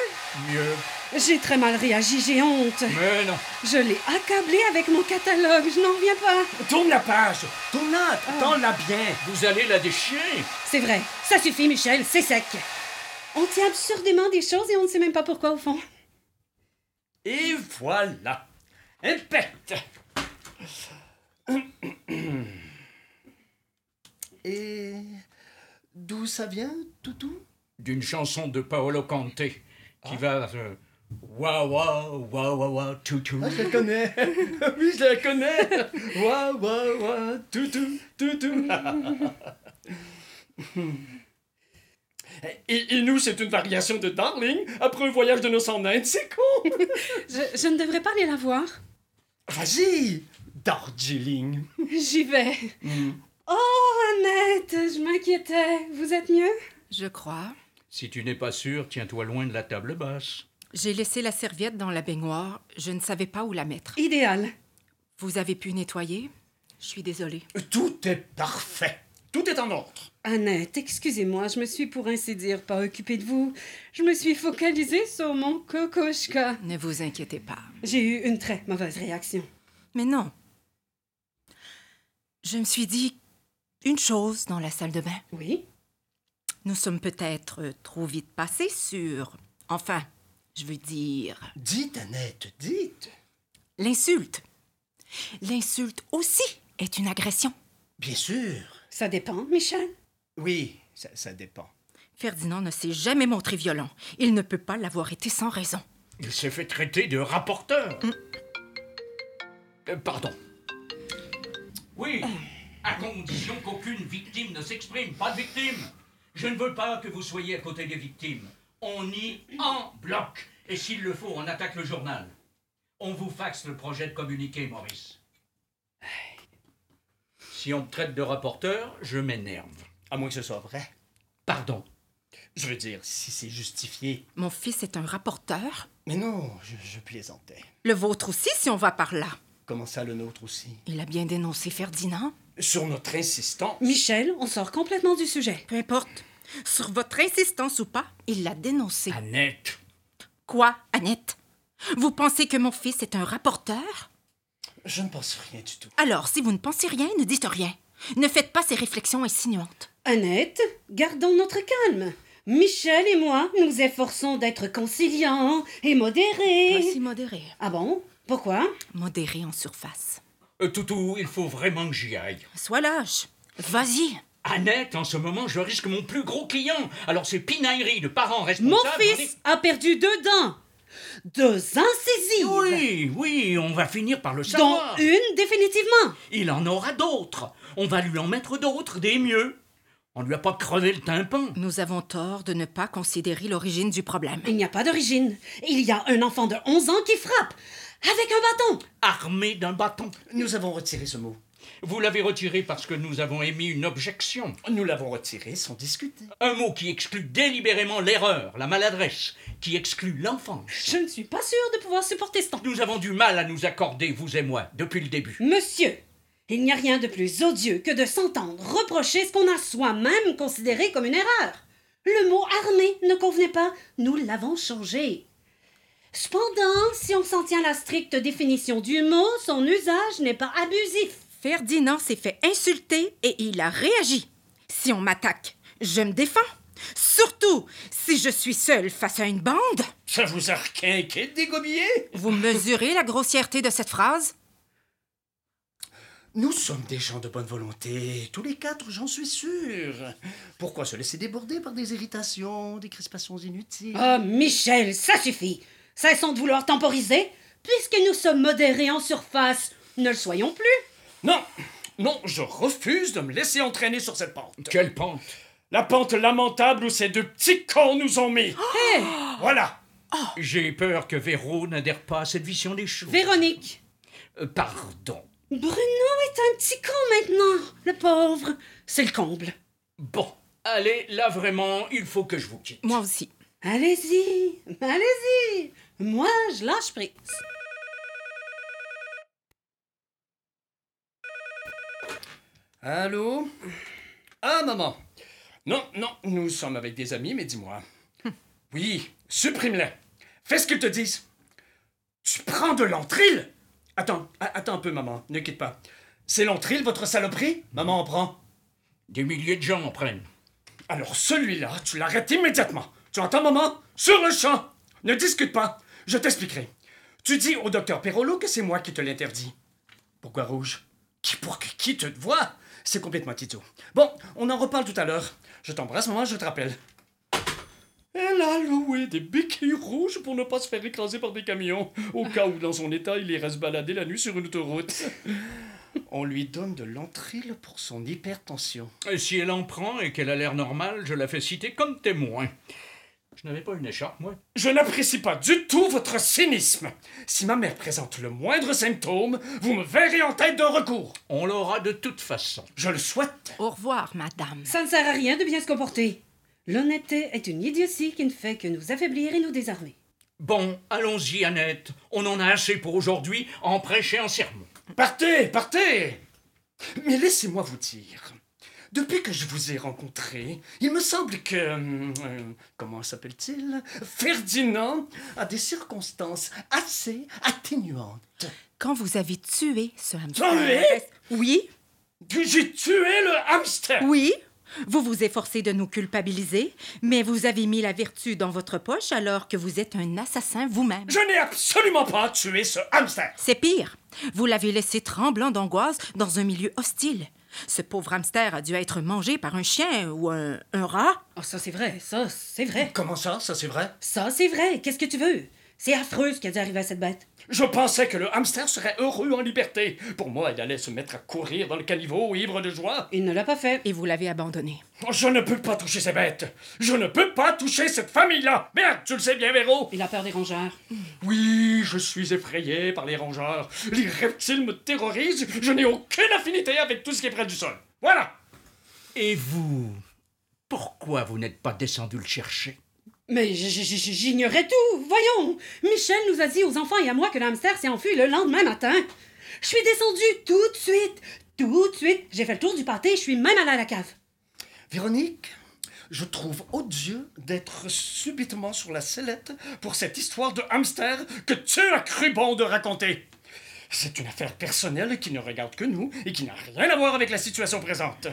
Speaker 3: Mieux.
Speaker 2: J'ai très mal réagi, j'ai honte.
Speaker 3: Mais non.
Speaker 2: Je l'ai accablé avec mon catalogue, je n'en reviens pas.
Speaker 4: Tourne la page. Tourne-la. Tends-la bien.
Speaker 3: Vous allez la déchirer.
Speaker 2: C'est vrai, ça suffit, Michel, c'est sec. On tient absurdément des choses et on ne sait même pas pourquoi au fond.
Speaker 4: Et voilà. Impect. Et d'où ça vient, toutou
Speaker 3: D'une chanson de Paolo Conte qui va. euh, Wa wa wa wa wa toutou.
Speaker 4: Ah, je la connais. oui, je la connais. Wa wa wa, toutou, toutou. Et, et nous, c'est une variation de Darling après un voyage de noces en Inde, c'est con.
Speaker 2: Je, je ne devrais pas aller la voir.
Speaker 4: Vas-y, Darjeeling.
Speaker 2: J'y vais. Oh, Annette, je m'inquiétais. Vous êtes mieux
Speaker 5: Je crois.
Speaker 3: Si tu n'es pas sûr, tiens-toi loin de la table basse.
Speaker 5: J'ai laissé la serviette dans la baignoire. Je ne savais pas où la mettre.
Speaker 2: Idéal.
Speaker 5: Vous avez pu nettoyer? Je suis désolée.
Speaker 4: Tout est parfait. Tout est en ordre.
Speaker 2: Annette, excusez-moi, je me suis pour ainsi dire pas occupée de vous. Je me suis focalisée sur mon kokoschka.
Speaker 5: Ne vous inquiétez pas.
Speaker 2: J'ai eu une très mauvaise réaction.
Speaker 5: Mais non. Je me suis dit une chose dans la salle de bain.
Speaker 2: Oui
Speaker 5: Nous sommes peut-être euh, trop vite passés sur. Enfin, je veux dire.
Speaker 4: Dites, Annette, dites.
Speaker 5: L'insulte. L'insulte aussi est une agression.
Speaker 4: Bien sûr.
Speaker 2: Ça dépend, Michel.
Speaker 4: Oui, ça, ça dépend.
Speaker 5: Ferdinand ne s'est jamais montré violent. Il ne peut pas l'avoir été sans raison.
Speaker 3: Il s'est fait traiter de rapporteur. Euh, pardon. Oui, à condition qu'aucune victime ne s'exprime. Pas de victime. Je ne veux pas que vous soyez à côté des victimes. On y en bloc. Et s'il le faut, on attaque le journal. On vous faxe le projet de communiqué, Maurice. Si on me traite de rapporteur, je m'énerve.
Speaker 4: À moins que ce soit vrai.
Speaker 3: Pardon.
Speaker 4: Je veux dire, si c'est justifié.
Speaker 5: Mon fils est un rapporteur.
Speaker 4: Mais non, je, je plaisantais.
Speaker 5: Le vôtre aussi, si on va par là.
Speaker 4: Comment ça, le nôtre aussi
Speaker 5: Il a bien dénoncé Ferdinand.
Speaker 4: Sur notre insistance.
Speaker 2: Michel, on sort complètement du sujet.
Speaker 5: Peu importe. Sur votre insistance ou pas, il l'a dénoncé.
Speaker 3: Annette.
Speaker 5: Quoi, Annette Vous pensez que mon fils est un rapporteur
Speaker 4: Je ne pense rien du tout.
Speaker 5: Alors, si vous ne pensez rien, ne dites rien. Ne faites pas ces réflexions insinuantes.
Speaker 2: Annette, gardons notre calme. Michel et moi nous efforçons d'être conciliants et modérés.
Speaker 5: modéré.
Speaker 2: Ah bon Pourquoi
Speaker 5: Modéré en surface.
Speaker 3: Euh, toutou, il faut vraiment que j'y aille.
Speaker 5: Sois lâche. Vas-y.
Speaker 3: Annette, en ce moment, je risque mon plus gros client. Alors c'est pinaillerie de parents
Speaker 2: Mon
Speaker 3: responsables. on
Speaker 2: fils a perdu deux dents. Deux
Speaker 3: est-
Speaker 2: incisives.
Speaker 3: Oui, oui, on va finir par le
Speaker 2: Dont
Speaker 3: savoir.
Speaker 2: une définitivement.
Speaker 3: Il en aura d'autres. On va lui en mettre d'autres, des mieux. On lui a pas crevé le tympan.
Speaker 5: Nous avons tort de ne pas considérer l'origine du problème.
Speaker 2: Il n'y a pas d'origine. Il y a un enfant de 11 ans qui frappe avec un bâton.
Speaker 3: Armé d'un bâton.
Speaker 4: Nous avons retiré ce mot.
Speaker 3: Vous l'avez retiré parce que nous avons émis une objection.
Speaker 4: Nous l'avons retiré sans discuter.
Speaker 3: Un mot qui exclut délibérément l'erreur, la maladresse, qui exclut l'enfance.
Speaker 2: Je ne suis pas sûre de pouvoir supporter ce temps.
Speaker 3: Nous avons du mal à nous accorder, vous et moi, depuis le début.
Speaker 2: Monsieur, il n'y a rien de plus odieux que de s'entendre reprocher ce qu'on a soi-même considéré comme une erreur. Le mot armé ne convenait pas, nous l'avons changé. Cependant, si on s'en tient à la stricte définition du mot, son usage n'est pas abusif.
Speaker 5: Ferdinand s'est fait insulter et il a réagi. Si on m'attaque, je me défends. Surtout si je suis seule face à une bande.
Speaker 4: Ça vous a requinqué de dégobiller
Speaker 5: Vous mesurez la grossièreté de cette phrase
Speaker 4: Nous sommes des gens de bonne volonté, tous les quatre, j'en suis sûr. Pourquoi se laisser déborder par des irritations, des crispations inutiles
Speaker 2: Oh, Michel, ça suffit. Cessons de vouloir temporiser. Puisque nous sommes modérés en surface, ne le soyons plus.
Speaker 4: Non Non, je refuse de me laisser entraîner sur cette pente.
Speaker 3: Quelle pente
Speaker 4: La pente lamentable où ces deux petits cons nous ont mis. Voilà.
Speaker 3: J'ai peur que Véro n'adhère pas à cette vision des choses.
Speaker 2: Véronique.
Speaker 3: Euh, pardon.
Speaker 2: Bruno est un petit con maintenant, le pauvre. C'est le comble.
Speaker 3: Bon, allez, là vraiment, il faut que je vous quitte.
Speaker 5: Moi aussi.
Speaker 2: Allez-y, allez-y. Moi, je lâche prise.
Speaker 4: Allô Ah, maman. Non, non, nous sommes avec des amis, mais dis-moi. Oui, supprime-les. Fais ce qu'ils te disent. Tu prends de l'entrille Attends, a- attends un peu, maman. Ne quitte pas. C'est l'entrille, votre saloperie Maman en prend.
Speaker 3: Des milliers de gens en prennent.
Speaker 4: Alors celui-là, tu l'arrêtes immédiatement. Tu entends, maman Sur le champ Ne discute pas. Je t'expliquerai. Tu dis au docteur Perrolo que c'est moi qui te l'interdis. Pourquoi rouge Qui pour que qui te voit C'est complètement idiot. Bon, on en reparle tout à l'heure. Je t'embrasse, maman, je te rappelle. Elle a loué des béquilles rouges pour ne pas se faire écraser par des camions, au cas où, dans son état, il irait se balader la nuit sur une autoroute. On lui donne de l'entrille pour son hypertension.
Speaker 3: Et si elle en prend et qu'elle a l'air normale, je la fais citer comme témoin. Je n'avais pas une écharpe, moi.
Speaker 4: Je n'apprécie pas du tout votre cynisme. Si ma mère présente le moindre symptôme, vous me verrez en tête d'un recours.
Speaker 3: On l'aura de toute façon.
Speaker 4: Je le souhaite.
Speaker 5: Au revoir, madame.
Speaker 2: Ça ne sert à rien de bien se comporter. L'honnêteté est une idiotie qui ne fait que nous affaiblir et nous désarmer.
Speaker 3: Bon, allons-y, Annette. On en a assez pour aujourd'hui, en prêcher un sermon.
Speaker 4: Partez, partez. Mais laissez-moi vous dire. Depuis que je vous ai rencontré, il me semble que... hum, euh, comment s'appelle-t-il Ferdinand a des circonstances assez atténuantes.
Speaker 5: Quand vous avez tué ce hamster.
Speaker 4: Tué?
Speaker 5: Oui,
Speaker 4: Que j'ai tué le hamster
Speaker 5: oui. Vous vous efforcez de nous culpabiliser, mais vous avez mis la vertu dans votre poche alors que vous êtes un assassin vous-même.
Speaker 4: Je n'ai absolument pas tué ce hamster.
Speaker 5: C'est pire. Vous l'avez laissé tremblant d'angoisse dans un milieu hostile. Ce pauvre hamster a dû être mangé par un chien ou un, un rat.
Speaker 2: Ah, ça c'est vrai, ça c'est vrai.
Speaker 4: Comment ça, ça c'est vrai
Speaker 2: Ça c'est vrai, qu'est-ce que tu veux? C'est affreux ce qui a dû arriver à cette bête.
Speaker 4: Je pensais que le hamster serait heureux en liberté. Pour moi, il allait se mettre à courir dans le caniveau, ivre de joie. Oh,
Speaker 2: Il ne l'a pas fait.
Speaker 5: Et vous l'avez abandonné.
Speaker 4: Je ne peux pas toucher ces bêtes. Je ne peux pas toucher cette famille-là. Merde, tu le sais bien, Véro.
Speaker 2: Il a peur des rongeurs.
Speaker 4: Oui, je suis effrayé par les rongeurs. Les reptiles me terrorisent. Je n'ai aucune affinité avec tout ce qui est près du sol. Voilà.
Speaker 3: Et vous Pourquoi vous n'êtes pas descendu le chercher
Speaker 2: Mais j- j- j- j'ignorais tout, voyons! Michel nous a dit aux enfants et à moi que l'hamster s'est enfui le lendemain matin. Je suis descendue tout de suite, tout de suite. J'ai fait le tour du pâté, je suis même allée à la cave.
Speaker 4: Véronique, je trouve odieux d'être subitement sur la sellette pour cette histoire de hamster que tu as cru bon de raconter. C'est une affaire personnelle qui ne regarde que nous et qui n'a rien à voir avec la situation présente.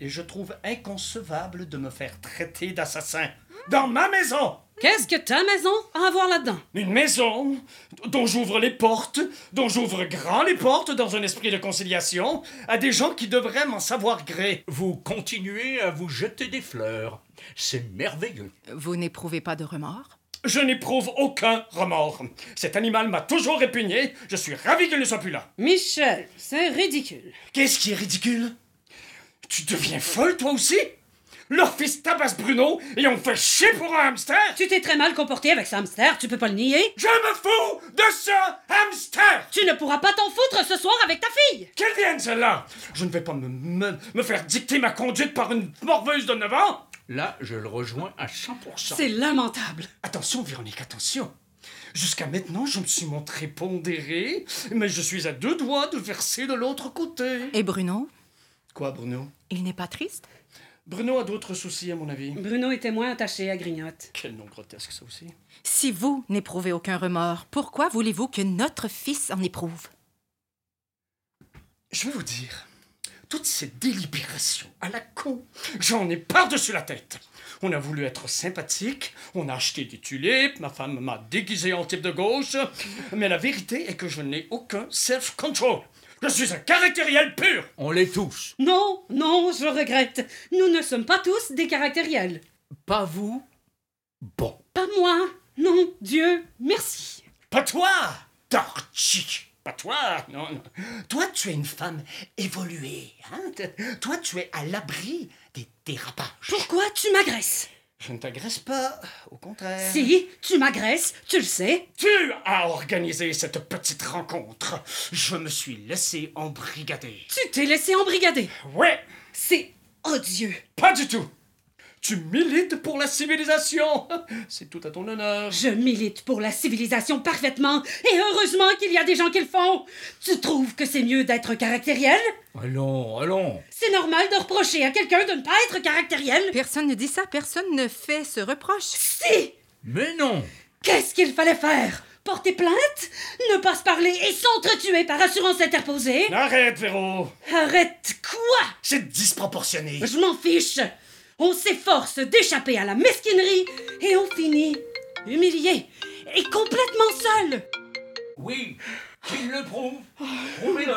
Speaker 4: Et je trouve inconcevable de me faire traiter d'assassin dans ma maison.
Speaker 2: Qu'est-ce que ta maison a à voir là-dedans?
Speaker 4: Une maison dont j'ouvre les portes, dont j'ouvre grand les portes dans un esprit de conciliation à des gens qui devraient m'en savoir gré.
Speaker 3: Vous continuez à vous jeter des fleurs. C'est merveilleux.
Speaker 5: Vous n'éprouvez pas de remords?
Speaker 4: Je n'éprouve aucun remords. Cet animal m'a toujours répugné. Je suis ravi qu'il ne soit plus là.
Speaker 2: Michel, c'est ridicule.
Speaker 4: Qu'est-ce qui est ridicule Tu deviens folle, toi aussi Leur fils tabasse Bruno et on fait chier pour un hamster
Speaker 2: Tu t'es très mal comporté avec ce hamster, tu peux pas le nier.
Speaker 4: Je me fous de ce hamster
Speaker 2: Tu ne pourras pas t'en foutre ce soir avec ta fille.
Speaker 4: Qu'elle vienne, celle-là Je ne vais pas me, me, me faire dicter ma conduite par une morveuse de 9 ans
Speaker 3: Là, je le rejoins à 100%.
Speaker 2: C'est lamentable.
Speaker 4: Attention, Véronique, attention. Jusqu'à maintenant, je me suis montré pondéré, mais je suis à deux doigts de verser de l'autre côté.
Speaker 5: Et Bruno,
Speaker 4: Quoi, Bruno
Speaker 5: il n'est pas triste?
Speaker 4: Bruno a d'autres soucis, à mon avis.
Speaker 2: Bruno était moins attaché à Grignotte.
Speaker 4: Quel nom grotesque, ça aussi.
Speaker 5: Si vous n'éprouvez aucun remords, pourquoi voulez-vous que notre fils en éprouve?
Speaker 4: Je vais vous dire, toutes ces délibérations à la con, j'en ai par-dessus la tête. On a voulu être sympathique, on a acheté des tulipes, ma femme m'a déguisé en type de gauche, mais la vérité est que je n'ai aucun self-control. Je suis un caractériel pur
Speaker 3: On les tous.
Speaker 2: Non, non, je regrette. Nous ne sommes pas tous des caractériels.
Speaker 3: Pas vous Bon.
Speaker 2: Pas moi. Non, Dieu, merci.
Speaker 4: Pas toi, Torchi Pas toi, non, non. Toi, tu es une femme évoluée, hein? Te- Toi, tu es à l'abri des dérapages.
Speaker 2: Pourquoi tu m'agresses
Speaker 4: Je ne t'agresse pas, au contraire.
Speaker 2: Si, tu m'agresses, tu le sais.
Speaker 4: Tu as organisé cette petite rencontre. Je me suis laissé embrigader.
Speaker 2: Tu t'es laissé embrigader.
Speaker 4: Ouais,
Speaker 2: C'est odieux.
Speaker 4: pas du tout. Tu milites pour la civilisation. C'est tout à ton honneur.
Speaker 2: Je milite pour la civilisation parfaitement, et heureusement qu'il y a des gens qui le font. Tu trouves que c'est mieux d'être caractériel
Speaker 3: Allons, allons.
Speaker 2: C'est normal de reprocher à quelqu'un de ne pas être caractériel
Speaker 5: Personne ne dit ça, personne ne fait ce reproche.
Speaker 2: Si
Speaker 3: Mais non.
Speaker 2: Qu'est-ce qu'il fallait faire Porter plainte Ne pas se parler et s'entretuer par assurance interposée
Speaker 4: Arrête, Véro.
Speaker 2: Arrête quoi
Speaker 4: C'est disproportionné.
Speaker 2: Je m'en fiche On s'efforce d'échapper à la mesquinerie et on finit humilié et complètement seul
Speaker 3: Oui, qu'il le prouve. Prouvez-le.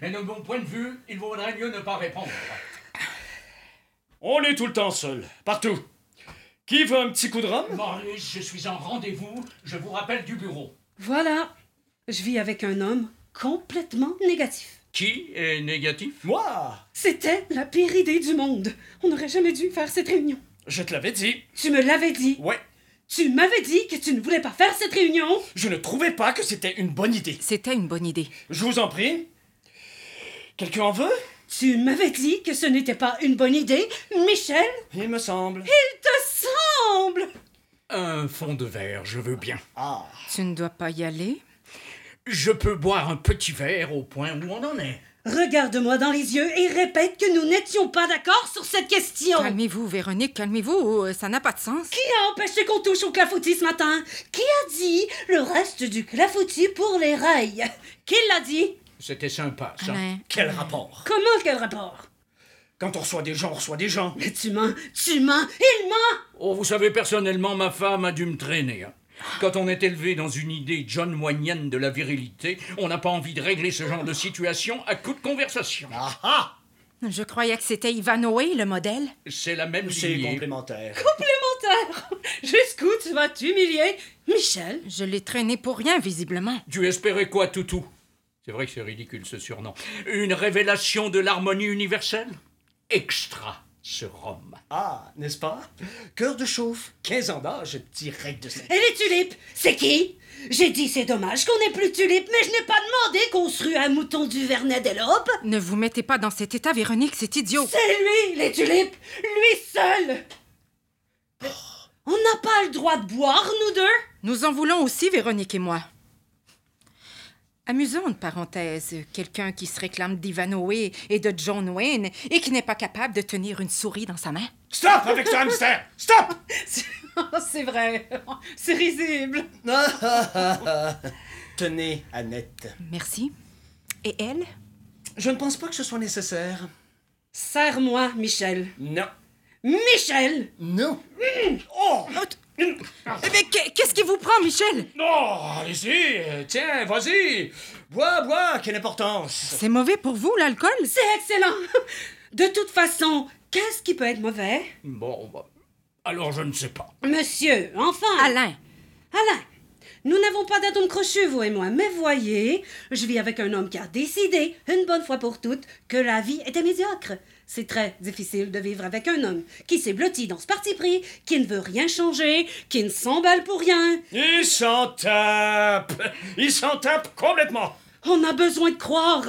Speaker 3: Mais de mon point de vue, il vaudrait mieux ne pas répondre.
Speaker 4: On est tout le temps seul, partout. Qui veut un petit coup de rhum
Speaker 3: Maurice, je suis en rendez-vous. Je vous rappelle du bureau.
Speaker 2: Voilà, je vis avec un homme complètement négatif.
Speaker 3: Qui est négatif
Speaker 4: Moi
Speaker 2: C'était la pire idée du monde. On n'aurait jamais dû faire cette réunion.
Speaker 4: Je te l'avais dit.
Speaker 2: Tu me l'avais dit.
Speaker 4: Ouais,
Speaker 2: Tu m'avais dit que tu ne voulais pas faire cette réunion.
Speaker 4: je ne trouvais pas que c'était une bonne idée.
Speaker 5: C'était une bonne idée.
Speaker 4: Je vous en prie. Quelqu'un en veut
Speaker 2: Tu m'avais dit que ce n'était pas une bonne idée. Michel,
Speaker 4: Il me semble.
Speaker 2: il te semble.
Speaker 3: Un fond de verre, je veux bien.
Speaker 4: Ah.
Speaker 5: Tu ne dois pas y aller.
Speaker 3: Je peux boire un petit verre au point où on en est.
Speaker 2: Regarde-moi dans les yeux et répète que nous n'étions pas d'accord sur cette question.
Speaker 5: Calmez-vous, Véronique, calmez-vous. euh, Ça n'a pas de sens.
Speaker 2: Qui a empêché qu'on touche au clafoutis ce matin Qui a dit le reste du clafoutis pour les rails Qui l'a dit
Speaker 3: C'était sympa, ça.
Speaker 5: Alain,
Speaker 4: Quel rapport
Speaker 2: Comment quel rapport
Speaker 4: Quand on reçoit des gens, on reçoit des gens.
Speaker 2: Mais tu mens, tu mens, il ment
Speaker 3: Oh, vous savez, personnellement, ma femme a dû me traîner. hein. Quand on est élevé dans une idée John Wayne de la virilité, on n'a pas envie de régler ce genre de situation à coup de conversation.
Speaker 4: Ah ah
Speaker 5: je croyais que c'était Ivanoé, le modèle.
Speaker 3: C'est la même
Speaker 4: C'est
Speaker 3: lignée.
Speaker 4: complémentaire.
Speaker 2: Menteur Jusqu'où tu vas t'humilier Michel
Speaker 5: Je l'ai traîné pour rien, visiblement.
Speaker 3: Tu espérais quoi, Toutou C'est vrai que c'est ridicule ce surnom. Une révélation de l'harmonie universelle Extra, ce rhum.
Speaker 4: Ah, n'est-ce pas Cœur de chauffe, 15 ans d'âge, direct de scène.
Speaker 2: Et les tulipes C'est qui J'ai dit c'est dommage qu'on n'ait plus de tulipes, mais je n'ai pas demandé qu'on se rue un mouton du Vernet des Lopes
Speaker 5: Ne vous mettez pas dans cet état, Véronique, c'est idiot.
Speaker 2: C'est lui, les tulipes Lui seul On n'a pas le droit de boire, nous deux
Speaker 5: Nous en voulons aussi, Véronique et moi. Amusante parenthèse, quelqu'un qui se réclame d'Ivanoé et de John Wayne et qui n'est pas capable de tenir une souris dans sa main.
Speaker 4: Stop avec ce hamster Stop
Speaker 2: C'est vrai, c'est risible
Speaker 4: Ah, ah, ah, ah. Tenez, Annette.
Speaker 5: Merci. Et elle?
Speaker 4: Je ne pense pas que ce soit nécessaire.
Speaker 2: Serre-moi, Michel
Speaker 4: Non.
Speaker 2: Michel
Speaker 4: Non. Oh
Speaker 5: Mais Eh qu'est- qu'est-ce qui vous prend, Michel?
Speaker 4: Non, allez-y, euh, tiens, vas-y. Bois, bois, quelle importance.
Speaker 5: C'est mauvais pour vous, l'alcool?
Speaker 2: C'est excellent De toute façon, qu'est-ce qui peut être mauvais
Speaker 3: Bon, bah, alors je ne sais pas.
Speaker 2: Monsieur, enfin
Speaker 5: Alain,
Speaker 2: Alain, nous n'avons pas d'atome crochu, vous et moi, mais voyez, je vis avec un homme qui a décidé, une bonne fois pour toutes, que la vie était médiocre. C'est très difficile de vivre avec un homme qui s'est blotti dans ce parti pris, qui ne veut rien changer, qui ne s'emballe pour rien.
Speaker 4: Il s'en tape. Il s'en tape complètement.
Speaker 2: On a besoin de croire.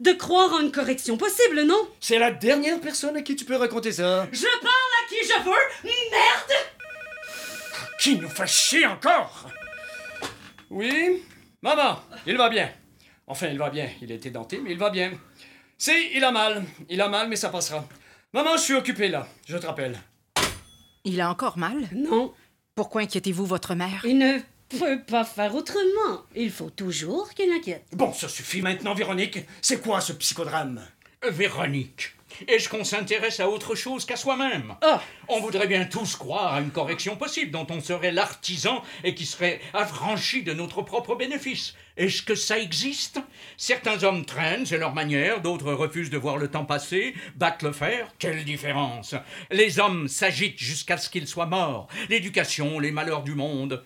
Speaker 2: De croire en une correction possible, non
Speaker 4: C'est la dernière personne à qui tu peux raconter ça.
Speaker 2: Je parle à qui je veux, merde
Speaker 4: Qui nous fait chier encore Oui Maman, il va bien. Enfin, il va bien. Il est édenté, mais il va bien. Si, il a mal. Il a mal, mais ça passera. Maman, je suis occupé là. Je te rappelle.
Speaker 5: il a encore mal.
Speaker 2: Non,
Speaker 5: Pourquoi inquiétez-vous votre mère?
Speaker 2: il ne peut pas faire autrement. Il faut toujours qu'il inquiète.
Speaker 4: Bon, ça suffit maintenant, Véronique. C'est quoi ce psychodrame
Speaker 3: Euh, Véronique, est-ce qu'on s'intéresse à autre chose qu'à soi-même
Speaker 2: Oh,
Speaker 3: On voudrait bien tous croire à une correction possible dont on serait l'artisan et qui serait affranchi de notre propre bénéfice. Est-ce que ça existe Certains hommes traînent, c'est leur manière, d'autres refusent de voir le temps passer, battent le fer, quelle différence Les hommes s'agitent jusqu'à ce qu'ils soient morts, l'éducation, les malheurs du monde.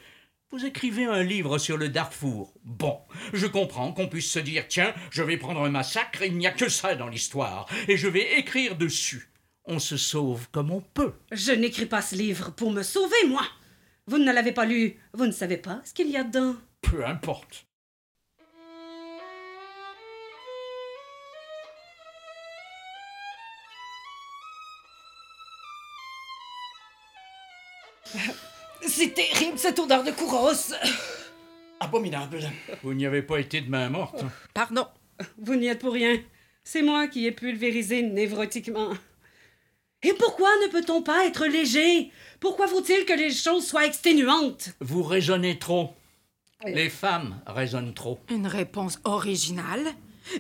Speaker 3: Vous écrivez un livre sur le Darfour. Bon, je comprends qu'on puisse se dire tiens, je vais prendre un massacre, il n'y a que ça dans l'histoire, et je vais écrire dessus. On se sauve comme on peut.
Speaker 2: Je n'écris pas ce livre pour me sauver, moi. Vous ne l'avez pas lu, vous ne savez pas ce qu'il y a dedans.
Speaker 3: Peu importe.
Speaker 6: C'est terrible cette odeur de Kouros.
Speaker 4: Abominable.
Speaker 3: Vous n'y avez pas été de main morte. hein.
Speaker 5: Pardon.
Speaker 2: Vous n'y êtes pour rien. C'est moi qui ai pulvérisé névrotiquement. Et pourquoi ne peut-on pas être léger Pourquoi faut-il que les choses soient exténuantes
Speaker 3: Vous raisonnez trop. Les femmes raisonnent trop.
Speaker 5: Une réponse originale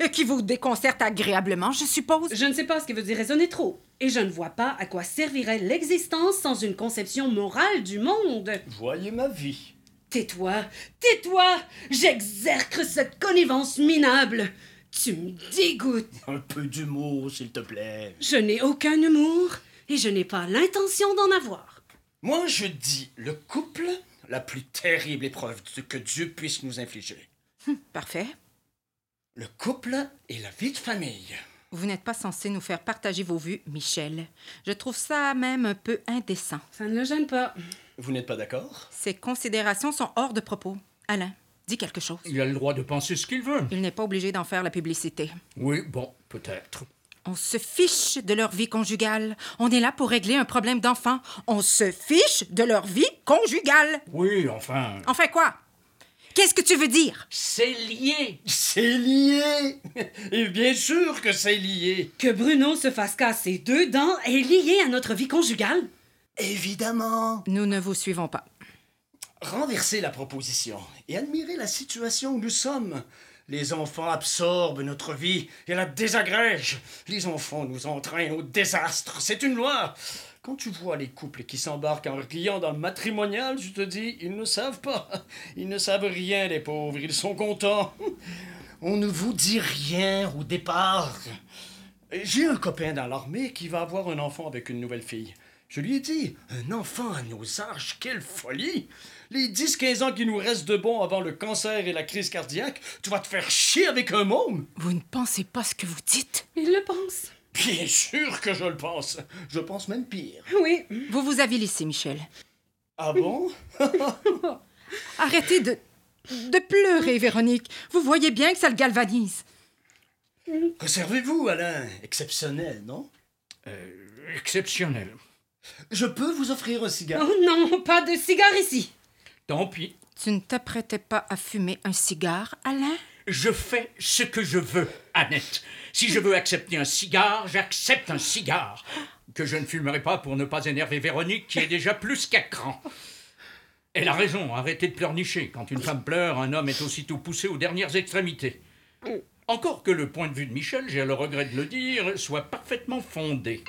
Speaker 5: euh, qui vous déconcerte agréablement, je suppose.
Speaker 2: Je ne sais pas ce qui veut dire raisonner trop. Et je ne vois pas à quoi servirait l'existence sans une conception morale du monde.
Speaker 4: Voyez ma vie.
Speaker 2: Tais-toi, tais-toi J'exerce cette connivence minable. Tu me dégoûtes.
Speaker 4: Un peu d'humour, s'il te plaît.
Speaker 2: Je n'ai aucun humour et je n'ai pas l'intention d'en avoir.
Speaker 4: Moi, je dis le couple, la plus terrible épreuve du- que Dieu puisse nous infliger.
Speaker 5: Parfait.
Speaker 4: Le couple et la vie de famille.
Speaker 5: Vous n'êtes pas censé nous faire partager vos vues, Michel. Je trouve ça même un peu indécent.
Speaker 2: Ça ne le gêne pas.
Speaker 4: Vous n'êtes pas d'accord
Speaker 5: Ces considérations sont hors de propos. Alain, dis quelque chose.
Speaker 3: Il a le droit de penser ce qu'il veut.
Speaker 5: Il n'est pas obligé d'en faire la publicité.
Speaker 3: Oui, bon, peut-être.
Speaker 5: On se fiche de leur vie conjugale. On est là pour régler un problème d'enfant. On se fiche de leur vie conjugale.
Speaker 3: Oui, enfin.
Speaker 5: Enfin quoi? Qu'est-ce que tu veux dire?
Speaker 3: C'est lié.
Speaker 4: C'est lié Et bien sûr que c'est lié
Speaker 2: Que Bruno se fasse casser deux dents est lié à notre vie conjugale.
Speaker 4: Évidemment
Speaker 5: Nous ne vous suivons pas.
Speaker 4: Renversez la proposition et admirez la situation où nous sommes. Les enfants absorbent notre vie et la désagrègent. Les enfants nous entraînent au désastre, c'est une loi. Quand tu vois les couples qui s'embarquent en riant dans le matrimonial, tu te dis, ils ne savent pas. Ils ne savent rien, les pauvres, ils sont contents. On ne vous dit rien au départ. J'ai un copain dans l'armée qui va avoir un enfant avec une nouvelle fille. Je lui ai dit, un enfant à nos âges, quelle folie! Les 10-15 ans qui nous restent de bons avant le cancer et la crise cardiaque, tu vas te faire chier avec un môme?
Speaker 5: Vous ne pensez pas ce que vous dites?
Speaker 2: Il le pense.
Speaker 4: Bien sûr que je le pense. Je pense même pire.
Speaker 2: Oui.
Speaker 5: Vous vous avilissez, Michel.
Speaker 4: Ah bon?
Speaker 5: Arrêtez de, de pleurer, Véronique. Vous voyez bien que ça le galvanise.
Speaker 4: Conservez-vous, Alain. Exceptionnel, non?
Speaker 3: Euh, exceptionnel.
Speaker 4: Je peux vous offrir un cigare?
Speaker 2: Oh non, pas de cigare ici.
Speaker 3: Tant pis.
Speaker 5: Tu ne t'apprêtais pas à fumer un cigare, Alain?
Speaker 3: Je fais ce que je veux, Annette. Si je veux accepter un cigare, j'accepte un cigare. Que je ne fumerai pas pour ne pas énerver Véronique, qui est déjà plus qu'à cran. Elle a raison, arrêtez de pleurnicher. Quand une femme pleure, un homme est aussitôt poussé aux dernières extrémités. Encore que le point de vue de Michel, j'ai le regret de le dire, soit parfaitement fondé.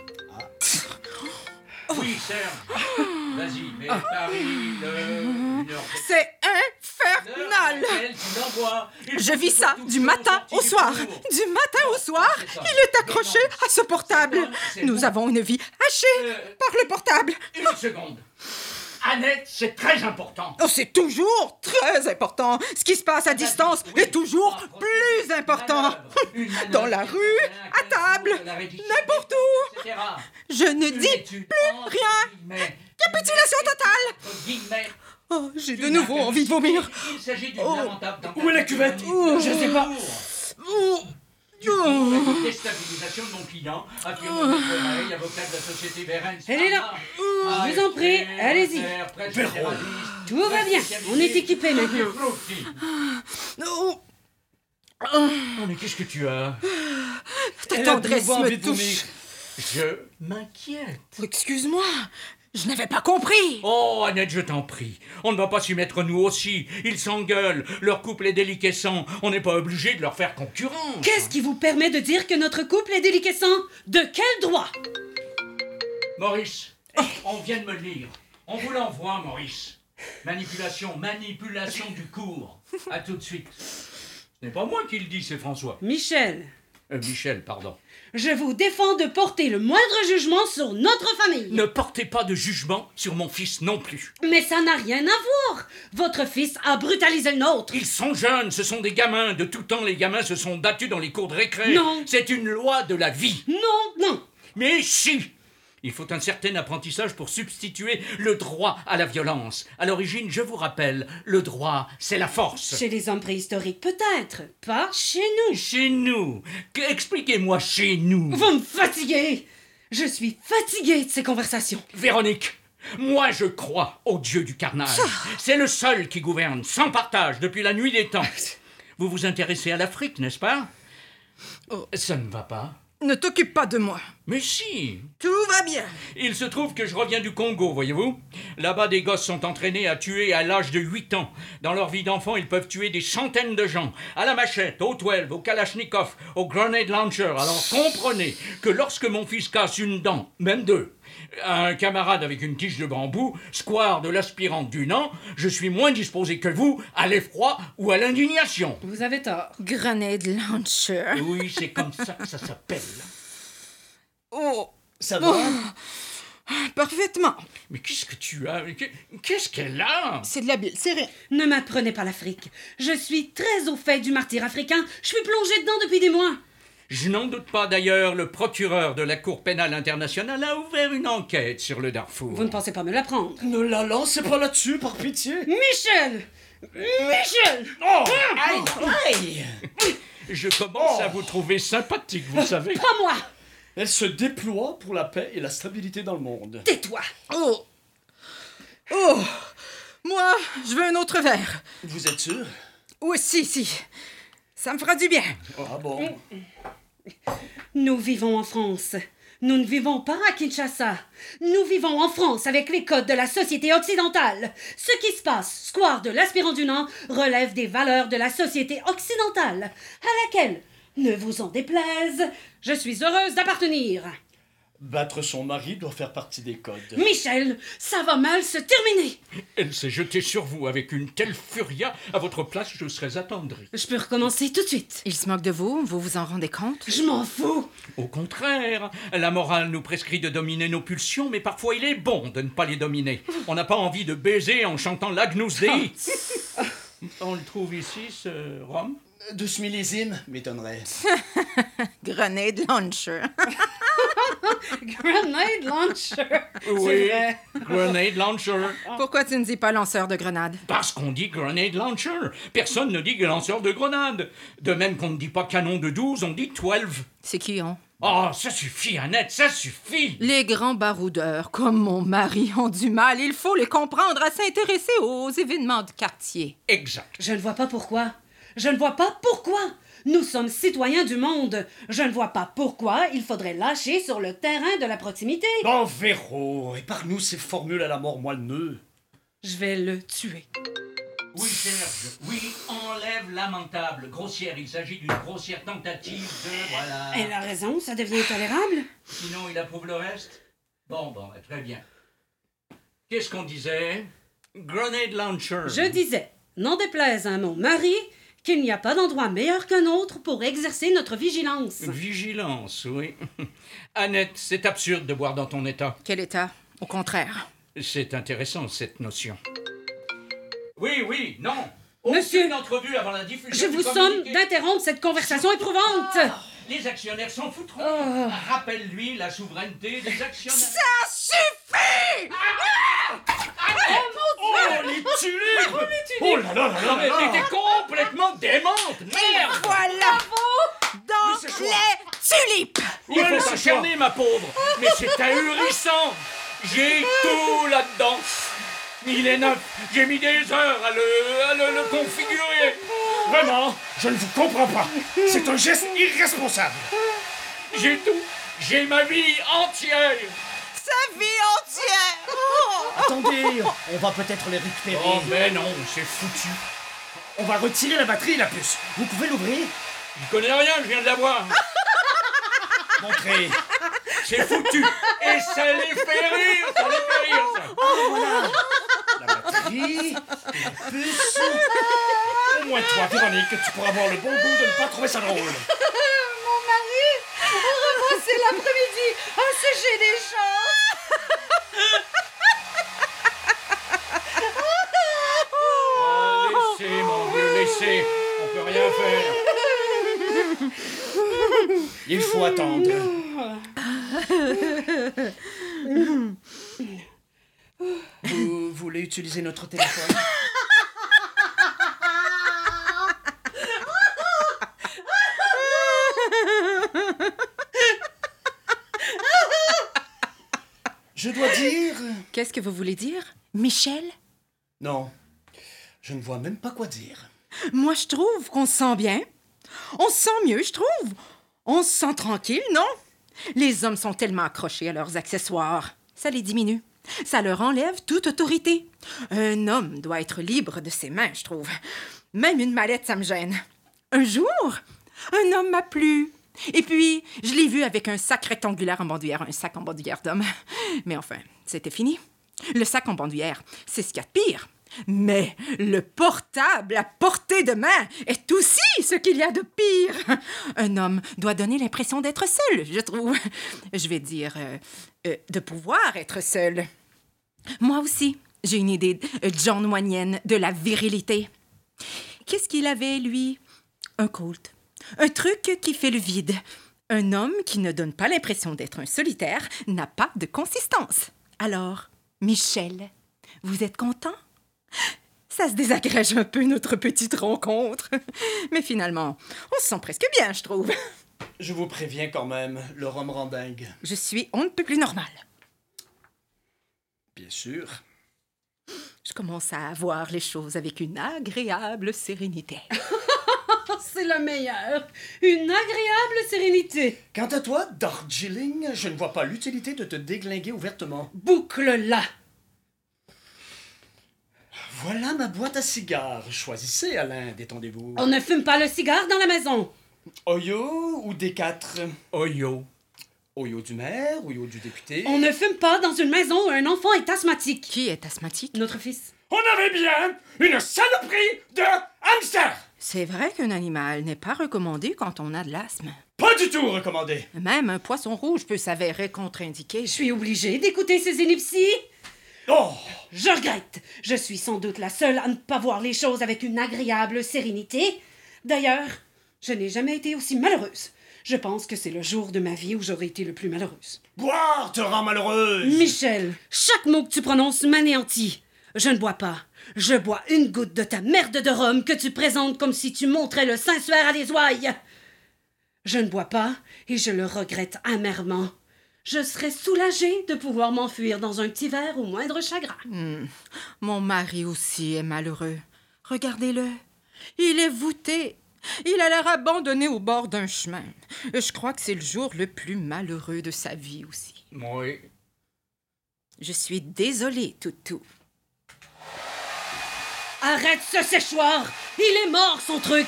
Speaker 3: Oui, Serge. Vas-y, mais Paris, le... une heure-
Speaker 5: C'est
Speaker 3: Heure
Speaker 5: infernal!
Speaker 3: à laquelle tu l'envoies. Il
Speaker 5: Je
Speaker 3: faut
Speaker 5: vis
Speaker 3: que
Speaker 5: ça
Speaker 3: tout
Speaker 5: du
Speaker 3: le
Speaker 5: matin
Speaker 3: monde
Speaker 5: au soir. Du
Speaker 3: continue toujours.
Speaker 5: matin au soir,
Speaker 3: c'est ça.
Speaker 5: il est accroché
Speaker 3: Non, non,
Speaker 5: à ce portable.
Speaker 3: c'est
Speaker 5: Nous
Speaker 3: bon.
Speaker 5: avons une vie hachée
Speaker 3: Euh,
Speaker 5: par le portable.
Speaker 3: Une seconde. Annette, c'est très important.
Speaker 5: Oh, c'est toujours très important. Ce qui se passe à distance
Speaker 3: Oui.
Speaker 5: est toujours
Speaker 3: Un processus,
Speaker 5: plus
Speaker 3: une
Speaker 5: important.
Speaker 3: manœuvre, une manœuvre,
Speaker 5: Dans la rue,
Speaker 3: un
Speaker 5: à table,
Speaker 3: calcul, la réduction,
Speaker 5: n'importe où.
Speaker 3: etc.
Speaker 5: Je ne
Speaker 3: Une
Speaker 5: dis
Speaker 3: étude, entre
Speaker 5: rien.
Speaker 3: guillemets,
Speaker 5: capitulation totale.
Speaker 3: entre guillemets,
Speaker 5: Oh, j'ai de
Speaker 3: une
Speaker 5: nouveau
Speaker 3: intelligence.
Speaker 5: envie de vomir.
Speaker 3: Il s'agit d'une
Speaker 5: Oh.
Speaker 3: lamentable tentative
Speaker 4: Où est la cuvette
Speaker 3: de-
Speaker 4: Je sais pas.
Speaker 5: Oh,
Speaker 3: Du coup,
Speaker 2: Oh.
Speaker 3: la déstabilisation de mon client, affirmant Nicolas Hay, avocat de la société Berens.
Speaker 2: Elle est là. Oh, Je vous en prie, allez-y. Tout va bien. On est équipés maintenant.
Speaker 5: oh,
Speaker 3: Non, mais qu'est-ce que tu as
Speaker 5: ta
Speaker 4: Elle a de
Speaker 5: tendresse
Speaker 4: nouveau envie
Speaker 5: me
Speaker 4: de vomir.
Speaker 5: touche.
Speaker 3: Je m'inquiète.
Speaker 5: Excuse-moi, je n'avais pas compris.
Speaker 3: Oh, Annette, je t'en prie. On ne va pas s'y mettre nous aussi. Ils s'engueulent. Leur couple est déliquescent. On n'est pas obligé de leur faire concurrence.
Speaker 2: Qu'est-ce qui vous permet de dire que notre couple est déliquescent De quel droit
Speaker 3: Maurice, on vient de me le lire. On vous l'envoie, Maurice. Manipulation, manipulation du cours. À tout de suite. Ce n'est pas moi qui le dis, c'est François.
Speaker 2: Michel,
Speaker 3: Euh, Michel, pardon.
Speaker 2: Je vous défends de porter le moindre jugement sur notre famille.
Speaker 3: Ne portez pas de jugement sur mon fils non plus.
Speaker 2: Mais ça n'a rien à voir. Votre fils a brutalisé le nôtre.
Speaker 3: Ils sont jeunes, ce sont des gamins. De tout temps, les gamins se sont battus dans les cours de récré.
Speaker 2: Non.
Speaker 3: C'est une loi de la vie.
Speaker 2: Non, non.
Speaker 3: Mais si Il faut un certain apprentissage pour substituer le droit à la violence. À l'origine, je vous rappelle, le droit, c'est la force.
Speaker 2: Chez les hommes préhistoriques, peut-être. Pas chez nous.
Speaker 3: Chez nous Que- Expliquez-moi chez nous
Speaker 2: Vous me fatiguez. Je suis fatiguée de ces conversations.
Speaker 3: Véronique moi, je crois au dieu du carnage. C'est le seul qui gouverne, sans partage, depuis la nuit des temps. Vous vous intéressez à l'Afrique, n'est-ce pas
Speaker 5: Oh.
Speaker 3: Ça ne va pas
Speaker 5: Ne t'occupe pas de moi.
Speaker 3: Mais si
Speaker 5: Tout va bien.
Speaker 3: Il se trouve que je reviens du Congo, voyez-vous. Là-bas, des gosses sont entraînés à tuer à l'âge de 8 ans. Dans leur vie d'enfant, ils peuvent tuer des centaines de gens. À la machette, au 12, au Kalachnikov, au grenade launcher. Alors comprenez que lorsque mon fils casse une dent, même deux, à un camarade avec une tige de bambou, square de l'aspirante du Nant, je suis moins disposé que vous à l'effroi ou à l'indignation.
Speaker 2: Vous avez tort.
Speaker 5: Grenade launcher.
Speaker 3: Oui, c'est comme ça que ça s'appelle.
Speaker 5: Oh,
Speaker 4: Ça va
Speaker 5: parfaitement.
Speaker 3: Mais qu'est-ce que tu as Qu'est-ce qu'elle a
Speaker 5: C'est de la bile, c'est rien.
Speaker 2: Ne m'apprenez pas l'Afrique. Je suis très au fait du martyr africain. Je suis plongée dedans depuis des mois.
Speaker 3: Je n'en doute pas d'ailleurs, le procureur de la Cour pénale internationale a ouvert une enquête sur le Darfour.
Speaker 2: Vous ne pensez pas me l'apprendre.
Speaker 4: Ne la lancez pas là-dessus, par pitié
Speaker 2: Michel Michel
Speaker 5: Ah.
Speaker 3: Oh
Speaker 4: Aïe Aïe
Speaker 3: Je commence
Speaker 4: Oh
Speaker 3: à vous trouver sympathique, vous savez.
Speaker 2: Pas moi
Speaker 4: Elle se déploie pour la paix et la stabilité dans le monde.
Speaker 2: Tais-toi
Speaker 5: Oh. Oh. Moi, je veux un autre verre.
Speaker 4: Vous êtes sûr
Speaker 5: Oui, si, si. Ça me fera du bien.
Speaker 4: Ah bon
Speaker 2: Nous vivons en France. Nous ne vivons pas à Kinshasa. Nous vivons en France avec les codes de la société occidentale. Ce qui se passe, square de l'aspirant du Nord, relève des valeurs de la société occidentale, à laquelle, ne vous en déplaise, je suis heureuse d'appartenir.
Speaker 4: Battre son mari doit faire partie des codes.
Speaker 2: Michel, ça va mal se terminer.
Speaker 3: Elle s'est jetée sur vous avec une telle furia, à votre place je serais attendri.
Speaker 2: Je peux recommencer tout de suite.
Speaker 5: Il se moque de vous, vous vous en rendez compte?
Speaker 2: Je m'en fous.
Speaker 3: Au contraire, la morale nous prescrit de dominer nos pulsions, mais parfois il est bon de ne pas les dominer. On n'a pas envie de baiser en chantant l'Agnus Dei. On le trouve ici, ce Rome
Speaker 4: De ce millésime m'étonnerait.
Speaker 5: Grenade launcher.
Speaker 2: Grenade launcher.
Speaker 3: Oui, Grenade Launcher.
Speaker 5: Pourquoi tu ne dis pas lanceur de grenade?
Speaker 3: Parce qu'on dit grenade launcher. Personne ne dit lanceur de grenade. De même qu'on ne dit pas canon de 12, on dit 12.
Speaker 5: C'est qui, on?
Speaker 3: Oh, ça suffit, Annette, ça suffit.
Speaker 5: Les grands baroudeurs, comme mon mari, ont du mal. Il faut les comprendre à s'intéresser aux événements de quartier.
Speaker 3: Exact.
Speaker 2: Je ne vois pas pourquoi. Je ne vois pas pourquoi. Nous sommes citoyens du monde. Je ne vois pas pourquoi il faudrait lâcher sur le terrain de la proximité.
Speaker 4: Oh, Véro, épargne-nous ces formules à la mort moelleux.
Speaker 2: Je vais le tuer.
Speaker 3: Oui, Serge, oui, enlève lamentable, grossière. Il s'agit d'une grossière tentative de. Voilà.
Speaker 2: Elle a raison, ça devient intolérable.
Speaker 3: Sinon, il approuve le reste Bon, bon, ben, très bien. Qu'est-ce qu'on disait Grenade launcher.
Speaker 2: Je disais, n'en déplaise à mon mari, qu'il n'y a pas d'endroit meilleur qu'un autre pour exercer notre vigilance.
Speaker 3: Vigilance, oui. Annette, c'est absurde de boire dans ton état.
Speaker 5: Quel état? Au contraire.
Speaker 3: C'est intéressant, cette notion. Oui, oui, non.
Speaker 2: Monsieur,
Speaker 3: Aucune entrevue avant la diffusion
Speaker 2: Je
Speaker 3: du
Speaker 2: vous somme
Speaker 3: communiqué.
Speaker 2: d'interrompre cette conversation éprouvante.
Speaker 3: Les actionnaires s'en foutront. Rappelle-lui la souveraineté des actionnaires.
Speaker 5: Ah,
Speaker 4: Oh, les tulipes Oh là là là
Speaker 3: Non,
Speaker 4: là
Speaker 3: mais
Speaker 4: là
Speaker 3: t'étais complètement démente, merde
Speaker 5: Voilà! Donc,
Speaker 4: c'est quoi?
Speaker 5: les tulipes!
Speaker 3: Il
Speaker 4: Ouais,
Speaker 3: faut
Speaker 4: c'est
Speaker 3: s'acharner, ma pauvre. Mais c'est ahurissant. J'ai tout là-dedans. Il est neuf. J'ai mis des heures à le, à le- le configurer.
Speaker 4: Vraiment, je ne vous comprends pas. C'est un geste irresponsable.
Speaker 3: J'ai tout. J'ai ma vie entière.
Speaker 5: Sa vie entière! Oh,
Speaker 4: Attendez, on va peut-être les récupérer.
Speaker 3: Oh, mais non, c'est foutu.
Speaker 4: On va retirer la batterie, la puce. Vous pouvez l'ouvrir
Speaker 3: Il connais rien, je viens de l'avoir.
Speaker 4: Montrez.
Speaker 3: C'est foutu. Et ça les fait rire. Ça les fait rire, ça.
Speaker 4: La batterie, la puce. Au moins toi, Véronique, tu pourras avoir le bon goût de ne pas trouver ça drôle.
Speaker 5: mari j'ai des chances!
Speaker 3: Oh, laissez, mon Dieu, laissez. On peut rien faire.
Speaker 4: Il faut attendre. Vous voulez utiliser notre téléphone Je dois dire...
Speaker 5: Qu'est-ce que vous voulez dire? Michel?
Speaker 4: Non, je ne vois même pas quoi dire.
Speaker 5: Moi, je trouve qu'on se sent bien. On se sent mieux, je trouve. On se sent tranquille, non? Les hommes sont tellement accrochés à leurs accessoires. Ça les diminue. Ça leur enlève toute autorité. Un homme doit être libre de ses mains, je trouve. Même une mallette, ça me gêne. Un jour, un homme m'a plu. Et puis, je l'ai vu avec un sac rectangulaire en bandoulière, un sac en bandoulière d'homme. Mais enfin, c'était fini. Le sac en bandoulière, c'est ce qu'il y a de pire. Mais le portable à portée de main est aussi ce qu'il y a de pire. Un homme doit donner l'impression d'être seul, je trouve. Je vais dire euh, euh, de pouvoir être seul. Moi aussi, j'ai une idée euh, John Wayne de la virilité. Qu'est-ce qu'il avait, lui Un colt. Un truc qui fait le vide. Un homme qui ne donne pas l'impression d'être un solitaire n'a pas de consistance. Alors, Michel, vous êtes content ça se désagrège un peu notre petite rencontre. Mais finalement, on se sent presque bien, je trouve.
Speaker 4: Je vous préviens quand même, le rhum rend dingue.
Speaker 5: Je suis on ne peut plus normal.
Speaker 4: Bien sûr.
Speaker 5: Je commence à voir les choses avec une agréable sérénité.
Speaker 2: Oh, c'est le meilleur. Une agréable sérénité.
Speaker 4: Quant à toi, Darjeeling, je ne vois pas l'utilité de te déglinguer ouvertement.
Speaker 2: Boucle-la.
Speaker 4: Voilà ma boîte à cigares. Choisissez, Alain, détendez-vous.
Speaker 2: On ne fume pas le cigare dans la maison.
Speaker 4: Oyo ou des quatre
Speaker 3: Oh yo.
Speaker 4: Oyo du maire, Oyo du député.
Speaker 2: On ne fume pas dans une maison où un enfant est asthmatique.
Speaker 5: Qui est asthmatique?
Speaker 2: Notre fils.
Speaker 3: On avait bien une saloperie de hamster.
Speaker 5: C'est vrai qu'un animal n'est pas recommandé quand on a de l'asthme.
Speaker 4: Pas du tout recommandé.
Speaker 5: Même un poisson rouge peut s'avérer contre-indiqué.
Speaker 2: Je suis obligée d'écouter ces inepties.
Speaker 4: Oh
Speaker 2: Je regrette. Je suis sans doute la seule à ne pas voir les choses avec une agréable sérénité. D'ailleurs, je n'ai jamais été aussi malheureuse. Je pense que c'est le jour de ma vie où j'aurais été le plus malheureuse.
Speaker 4: Boire te rend malheureuse.
Speaker 2: Michel, chaque mot que tu prononces m'anéantit. Je ne bois pas. Je bois une goutte de ta merde de rhum que tu présentes comme si tu montrais le Saint-Suaire à des ouailles. Je ne bois pas et je le regrette amèrement. Je serais soulagée de pouvoir m'enfuir dans un petit verre au moindre chagrin.
Speaker 5: Mon mari aussi est malheureux. Regardez-le. Il est voûté. Il a l'air abandonné au bord d'un chemin. Je crois que c'est le jour le plus malheureux de sa vie aussi.
Speaker 3: Oui.
Speaker 5: Je suis désolée, Toutou.
Speaker 2: Arrête ce séchoir Il est mort, son truc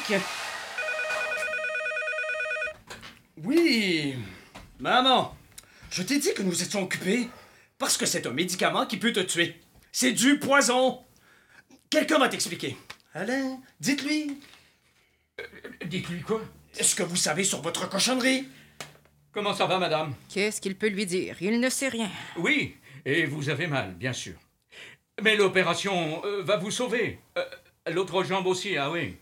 Speaker 4: Oui. Maman, je t'ai dit que nous étions occupés parce que c'est un médicament qui peut te tuer. C'est du poison. Quelqu'un va t'expliquer. Alain, dites-lui
Speaker 3: Dites-lui quoi
Speaker 4: ce que vous savez sur votre cochonnerie.
Speaker 3: Comment ça va, madame
Speaker 5: Qu'est-ce qu'il peut lui dire? Il ne sait rien.
Speaker 3: Oui, et vous avez mal, bien sûr. Mais l'opération euh, va vous sauver. Euh, L'autre jambe aussi, ah oui.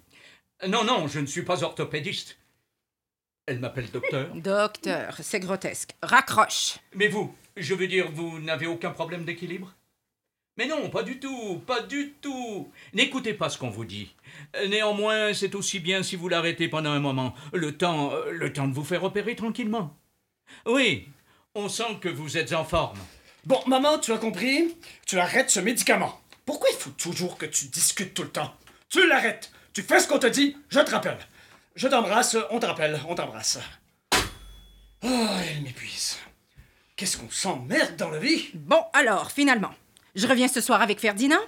Speaker 3: Non, non, je ne suis pas orthopédiste. Elle m'appelle docteur.
Speaker 5: Docteur, c'est grotesque. Raccroche.
Speaker 3: Mais vous, je veux dire, vous n'avez aucun problème d'équilibre Mais non, pas du tout, pas du tout. N'écoutez pas ce qu'on vous dit. Néanmoins, c'est aussi bien si vous l'arrêtez pendant un moment, le temps, euh, le temps de vous faire opérer tranquillement. Oui, on sent que vous êtes en forme.
Speaker 4: Bon, maman, tu as compris Tu arrêtes ce médicament. Pourquoi il faut toujours que tu discutes tout le temps Tu l'arrêtes. Tu fais ce qu'on te dit, je te rappelle. Je t'embrasse, on te rappelle, on t'embrasse. Oh, elle m'épuise. Qu'est-ce qu'on s'emmerde dans la vie
Speaker 5: Bon, alors, finalement, je reviens ce soir avec Ferdinand.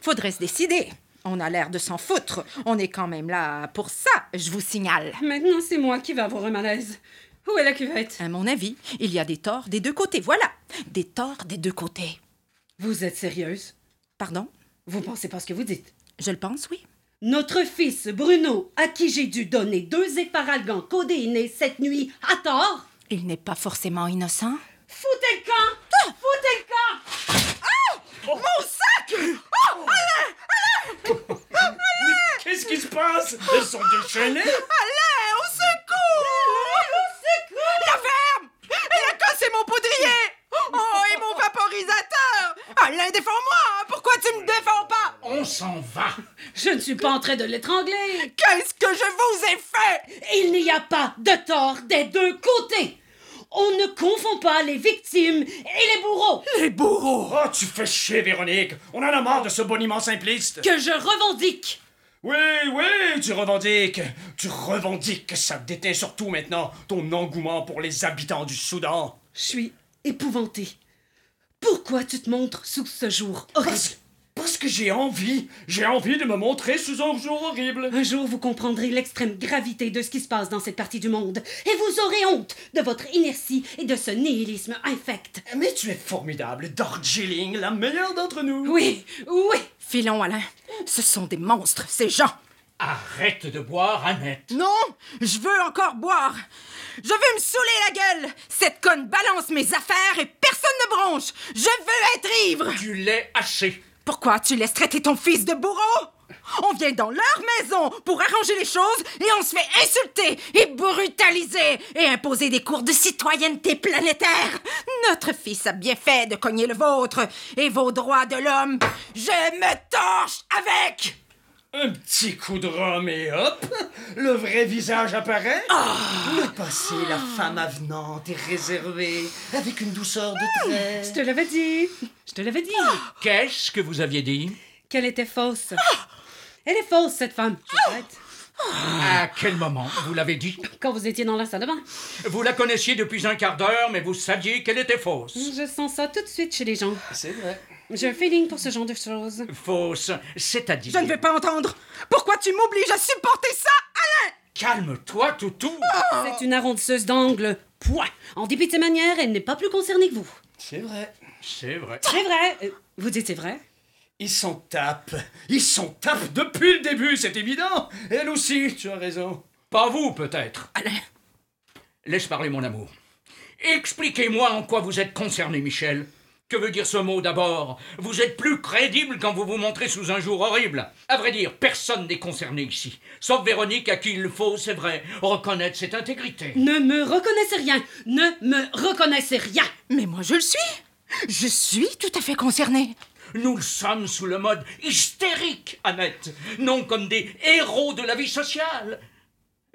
Speaker 5: Faudrait se décider. On a l'air de s'en foutre. On est quand même là pour ça, je vous signale.
Speaker 2: Maintenant, c'est moi qui vais avoir un malaise. Où est la cuvette
Speaker 5: À mon avis, il y a des torts des deux côtés. Voilà, des torts des deux côtés.
Speaker 2: Vous êtes sérieuse
Speaker 5: Pardon
Speaker 2: Vous pensez pas ce que vous dites
Speaker 5: Je le pense, oui.
Speaker 2: Notre fils Bruno, à qui j'ai dû donner deux effaralgans codéinés cette nuit, à tort
Speaker 5: Il n'est pas forcément innocent.
Speaker 2: Foutez le camp! Foutez le camp!
Speaker 4: Qu'est-ce qui se passe Elles sont déchaînées
Speaker 5: Alain, au secours! Au secours! La ferme! Elle a cassé mon poudrier! Oh, et mon vaporisateur! Alain, défends-moi! Pourquoi tu me défends pas?
Speaker 3: On s'en va.
Speaker 2: Je ne suis pas en train de l'étrangler!
Speaker 5: Qu'est-ce que je vous ai fait?
Speaker 2: Il n'y a pas de tort des deux côtés! On ne confond pas les victimes et les bourreaux!
Speaker 5: Les bourreaux!
Speaker 4: Oh, tu fais chier, Véronique On en a marre de ce boniment simpliste
Speaker 2: Que je revendique!
Speaker 4: Oui, oui, tu revendiques Tu revendiques Ça déteint surtout maintenant ton engouement pour les habitants du Soudan
Speaker 2: Je suis épouvantée. Pourquoi tu te montres sous ce jour horrible?
Speaker 4: Parce, parce que j'ai envie J'ai envie de me montrer sous un jour horrible
Speaker 2: Un jour, vous comprendrez l'extrême gravité de ce qui se passe dans cette partie du monde, et vous aurez honte de votre inertie et de ce nihilisme infect.
Speaker 4: Mais tu es formidable, Darjeeling, la meilleure d'entre nous
Speaker 2: Oui, oui,
Speaker 5: Filons, Alain. Ce sont des monstres, ces gens!
Speaker 3: Arrête de boire, Annette.
Speaker 5: Non, je veux encore boire. Je veux me saouler la gueule. Cette conne balance mes affaires et personne ne bronche. Je veux être ivre.
Speaker 3: Tu l'es haché.
Speaker 5: Pourquoi tu laisses traiter ton fils de bourreau On vient dans leur maison pour arranger les choses et on se fait insulter et brutaliser et imposer des cours de citoyenneté planétaire. Notre fils a bien fait de cogner le vôtre et vos droits de l'homme. Je me torche avec.
Speaker 4: Un petit coup de rhum et hop Le vrai visage apparaît Le passé, la femme avenante et réservée, avec une douceur de
Speaker 2: je
Speaker 4: trait.
Speaker 2: te l'avais dit, je te l'avais dit,
Speaker 3: Qu'est-ce que vous aviez dit
Speaker 2: qu'elle était fausse. Elle est fausse, cette femme, Josette.
Speaker 3: À quel moment vous l'avez dit
Speaker 2: Quand vous étiez dans la salle de bain,
Speaker 3: Vous la connaissiez depuis un quart d'heure, mais vous saviez qu'elle était fausse.
Speaker 2: je sens ça tout de suite chez les gens.
Speaker 4: C'est vrai.
Speaker 2: J'ai un feeling pour ce genre de choses.
Speaker 3: Fausse, c'est-à-dire.
Speaker 5: Je ne veux pas entendre. Pourquoi tu m'obliges à supporter ça, Alain
Speaker 3: Calme-toi, toutou.
Speaker 5: Ah
Speaker 2: C'est une arrondisseuse d'angle. Point. En dépit de ses manières, elle n'est pas plus concernée que vous.
Speaker 4: C'est vrai.
Speaker 3: C'est vrai.
Speaker 2: C'est vrai. Euh, Vous dites c'est vrai?
Speaker 4: Ils s'en tapent. Ils s'en tapent depuis le début, c'est évident. Elle aussi, tu as raison.
Speaker 3: Pas vous, peut-être.
Speaker 5: Alain.
Speaker 3: Laisse parler mon amour. Expliquez-moi en quoi vous êtes concerné, Michel. Que veut dire ce mot d'abord Vous êtes plus crédible quand vous vous montrez sous un jour horrible. À vrai dire, personne n'est concerné ici, sauf Véronique à qui il faut, c'est vrai, reconnaître cette intégrité.
Speaker 2: Ne me reconnaissez rien. Ne me reconnaissez rien.
Speaker 5: Mais moi, je le suis. Je suis tout à fait concernée.
Speaker 3: Nous le sommes sous le mode hystérique, Annette, non comme des héros de la vie sociale.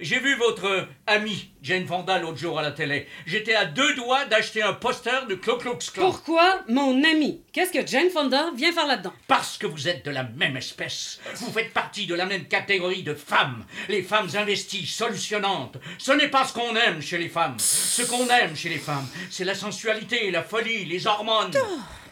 Speaker 3: J'ai vu votre euh, amie Jane Fonda l'autre jour à la télé. J'étais à deux doigts d'acheter un poster de Klo Klux Klan.
Speaker 2: Pourquoi, mon ami Qu'est-ce que Jane Fonda vient faire là-dedans
Speaker 3: Parce que vous êtes de la même espèce. Vous faites partie de la même catégorie de femmes. Les femmes investies, solutionnantes. Ce n'est pas ce qu'on aime chez les femmes. Ce qu'on aime chez les femmes, c'est la sensualité, la folie, les hormones.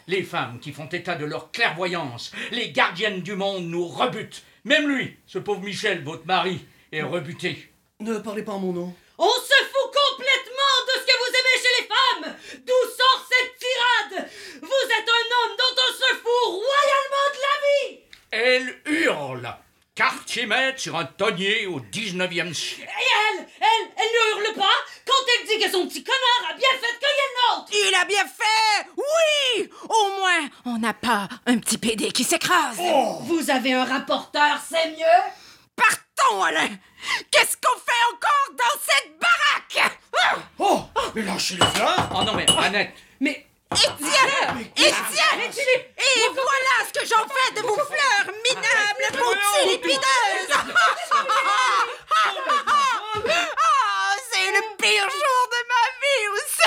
Speaker 3: Les femmes qui font état de leur clairvoyance, les gardiennes du monde nous rebutent. Même lui, ce pauvre Michel, votre mari, est rebuté.
Speaker 4: Ne parlez pas en mon nom.
Speaker 2: On se fout complètement de ce que vous aimez chez les femmes D'où sort cette tirade Vous êtes un homme dont on se fout royalement de la vie
Speaker 3: Elle hurle. Quartier maître sur un tonnier au 19e siècle.
Speaker 2: Et elle, elle, elle ne hurle pas quand elle dit que son petit connard a bien fait de cueillir le nôtre
Speaker 5: Il a bien fait Oui Au moins, on n'a pas un petit PD qui s'écrase.
Speaker 4: Oh,
Speaker 2: Vous avez un rapporteur, c'est mieux
Speaker 5: Partons, Alain Qu'est-ce qu'on fait encore dans cette baraque Ah!
Speaker 4: Oh Mais lâchez les fleurs
Speaker 3: Oh non mais Annette,
Speaker 2: Mais
Speaker 5: Ah, Étienne Étienne Et voilà ce que j'en fais de vos fleurs minables, pontues, lipideuses oh, Ah, C'est le pire jour de ma vie aussi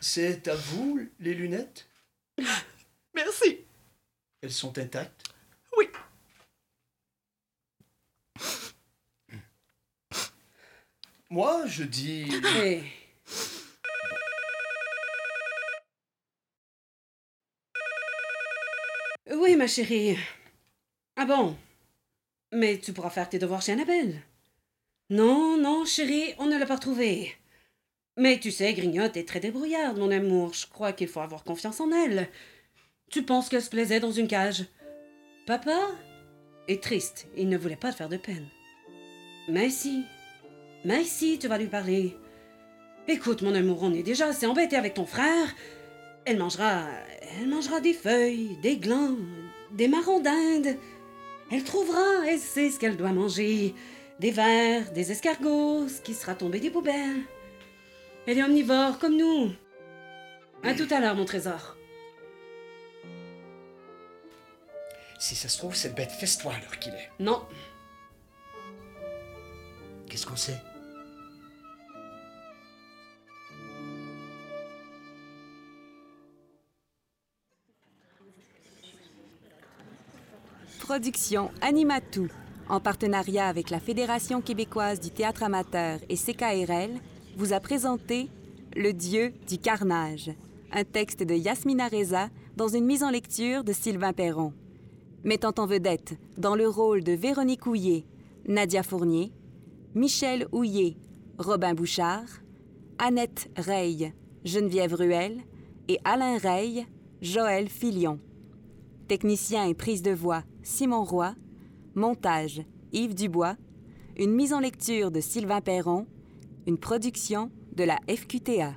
Speaker 4: C'est à vous, les lunettes
Speaker 5: Merci.
Speaker 4: Elles sont intactes
Speaker 5: Oui.
Speaker 4: Moi, je dis...
Speaker 2: Eh. Oui, ma chérie. Ah bon? Mais tu pourras faire tes devoirs chez Annabelle. Non, non, chérie, on ne l'a pas retrouvée. Mais tu sais, Grignotte est très débrouillarde, mon amour. Je crois qu'il faut avoir confiance en elle. Tu penses qu'elle se plaisait dans une cage? Papa? et triste. Il ne voulait pas te faire de peine. Mais si, mais si, tu vas lui parler. Écoute, mon amour, on est déjà assez embêté avec ton frère. Elle mangera, elle mangera des feuilles, des glands, des marrons d'Inde. Elle trouvera, elle sait ce qu'elle doit manger. Des vers, des escargots, ce qui sera tombé des poubelles. Elle est omnivore comme nous. À tout à l'heure, mon trésor.
Speaker 4: Si ça se trouve, c'est le bête festoie alors qu'il est.
Speaker 2: Non,
Speaker 4: Qu'est-ce qu'on sait
Speaker 1: Production Animatou, en partenariat avec la Fédération québécoise du théâtre amateur et CKRL, vous a présenté Le Dieu du carnage, un texte de Yasmina Reza dans une mise en lecture de Sylvain Perron. Mettant en vedette, dans le rôle de Véronique Houillet, Nadia Fournier, Michel Houillet, Robin Bouchard, Annette Reille, Geneviève Ruel et Alain Reille, Joël Filion. Technicien et prise de voix, Simon Roy. Montage, Yves Dubois. Une mise en lecture de Sylvain Perron. Une production de la FQTA.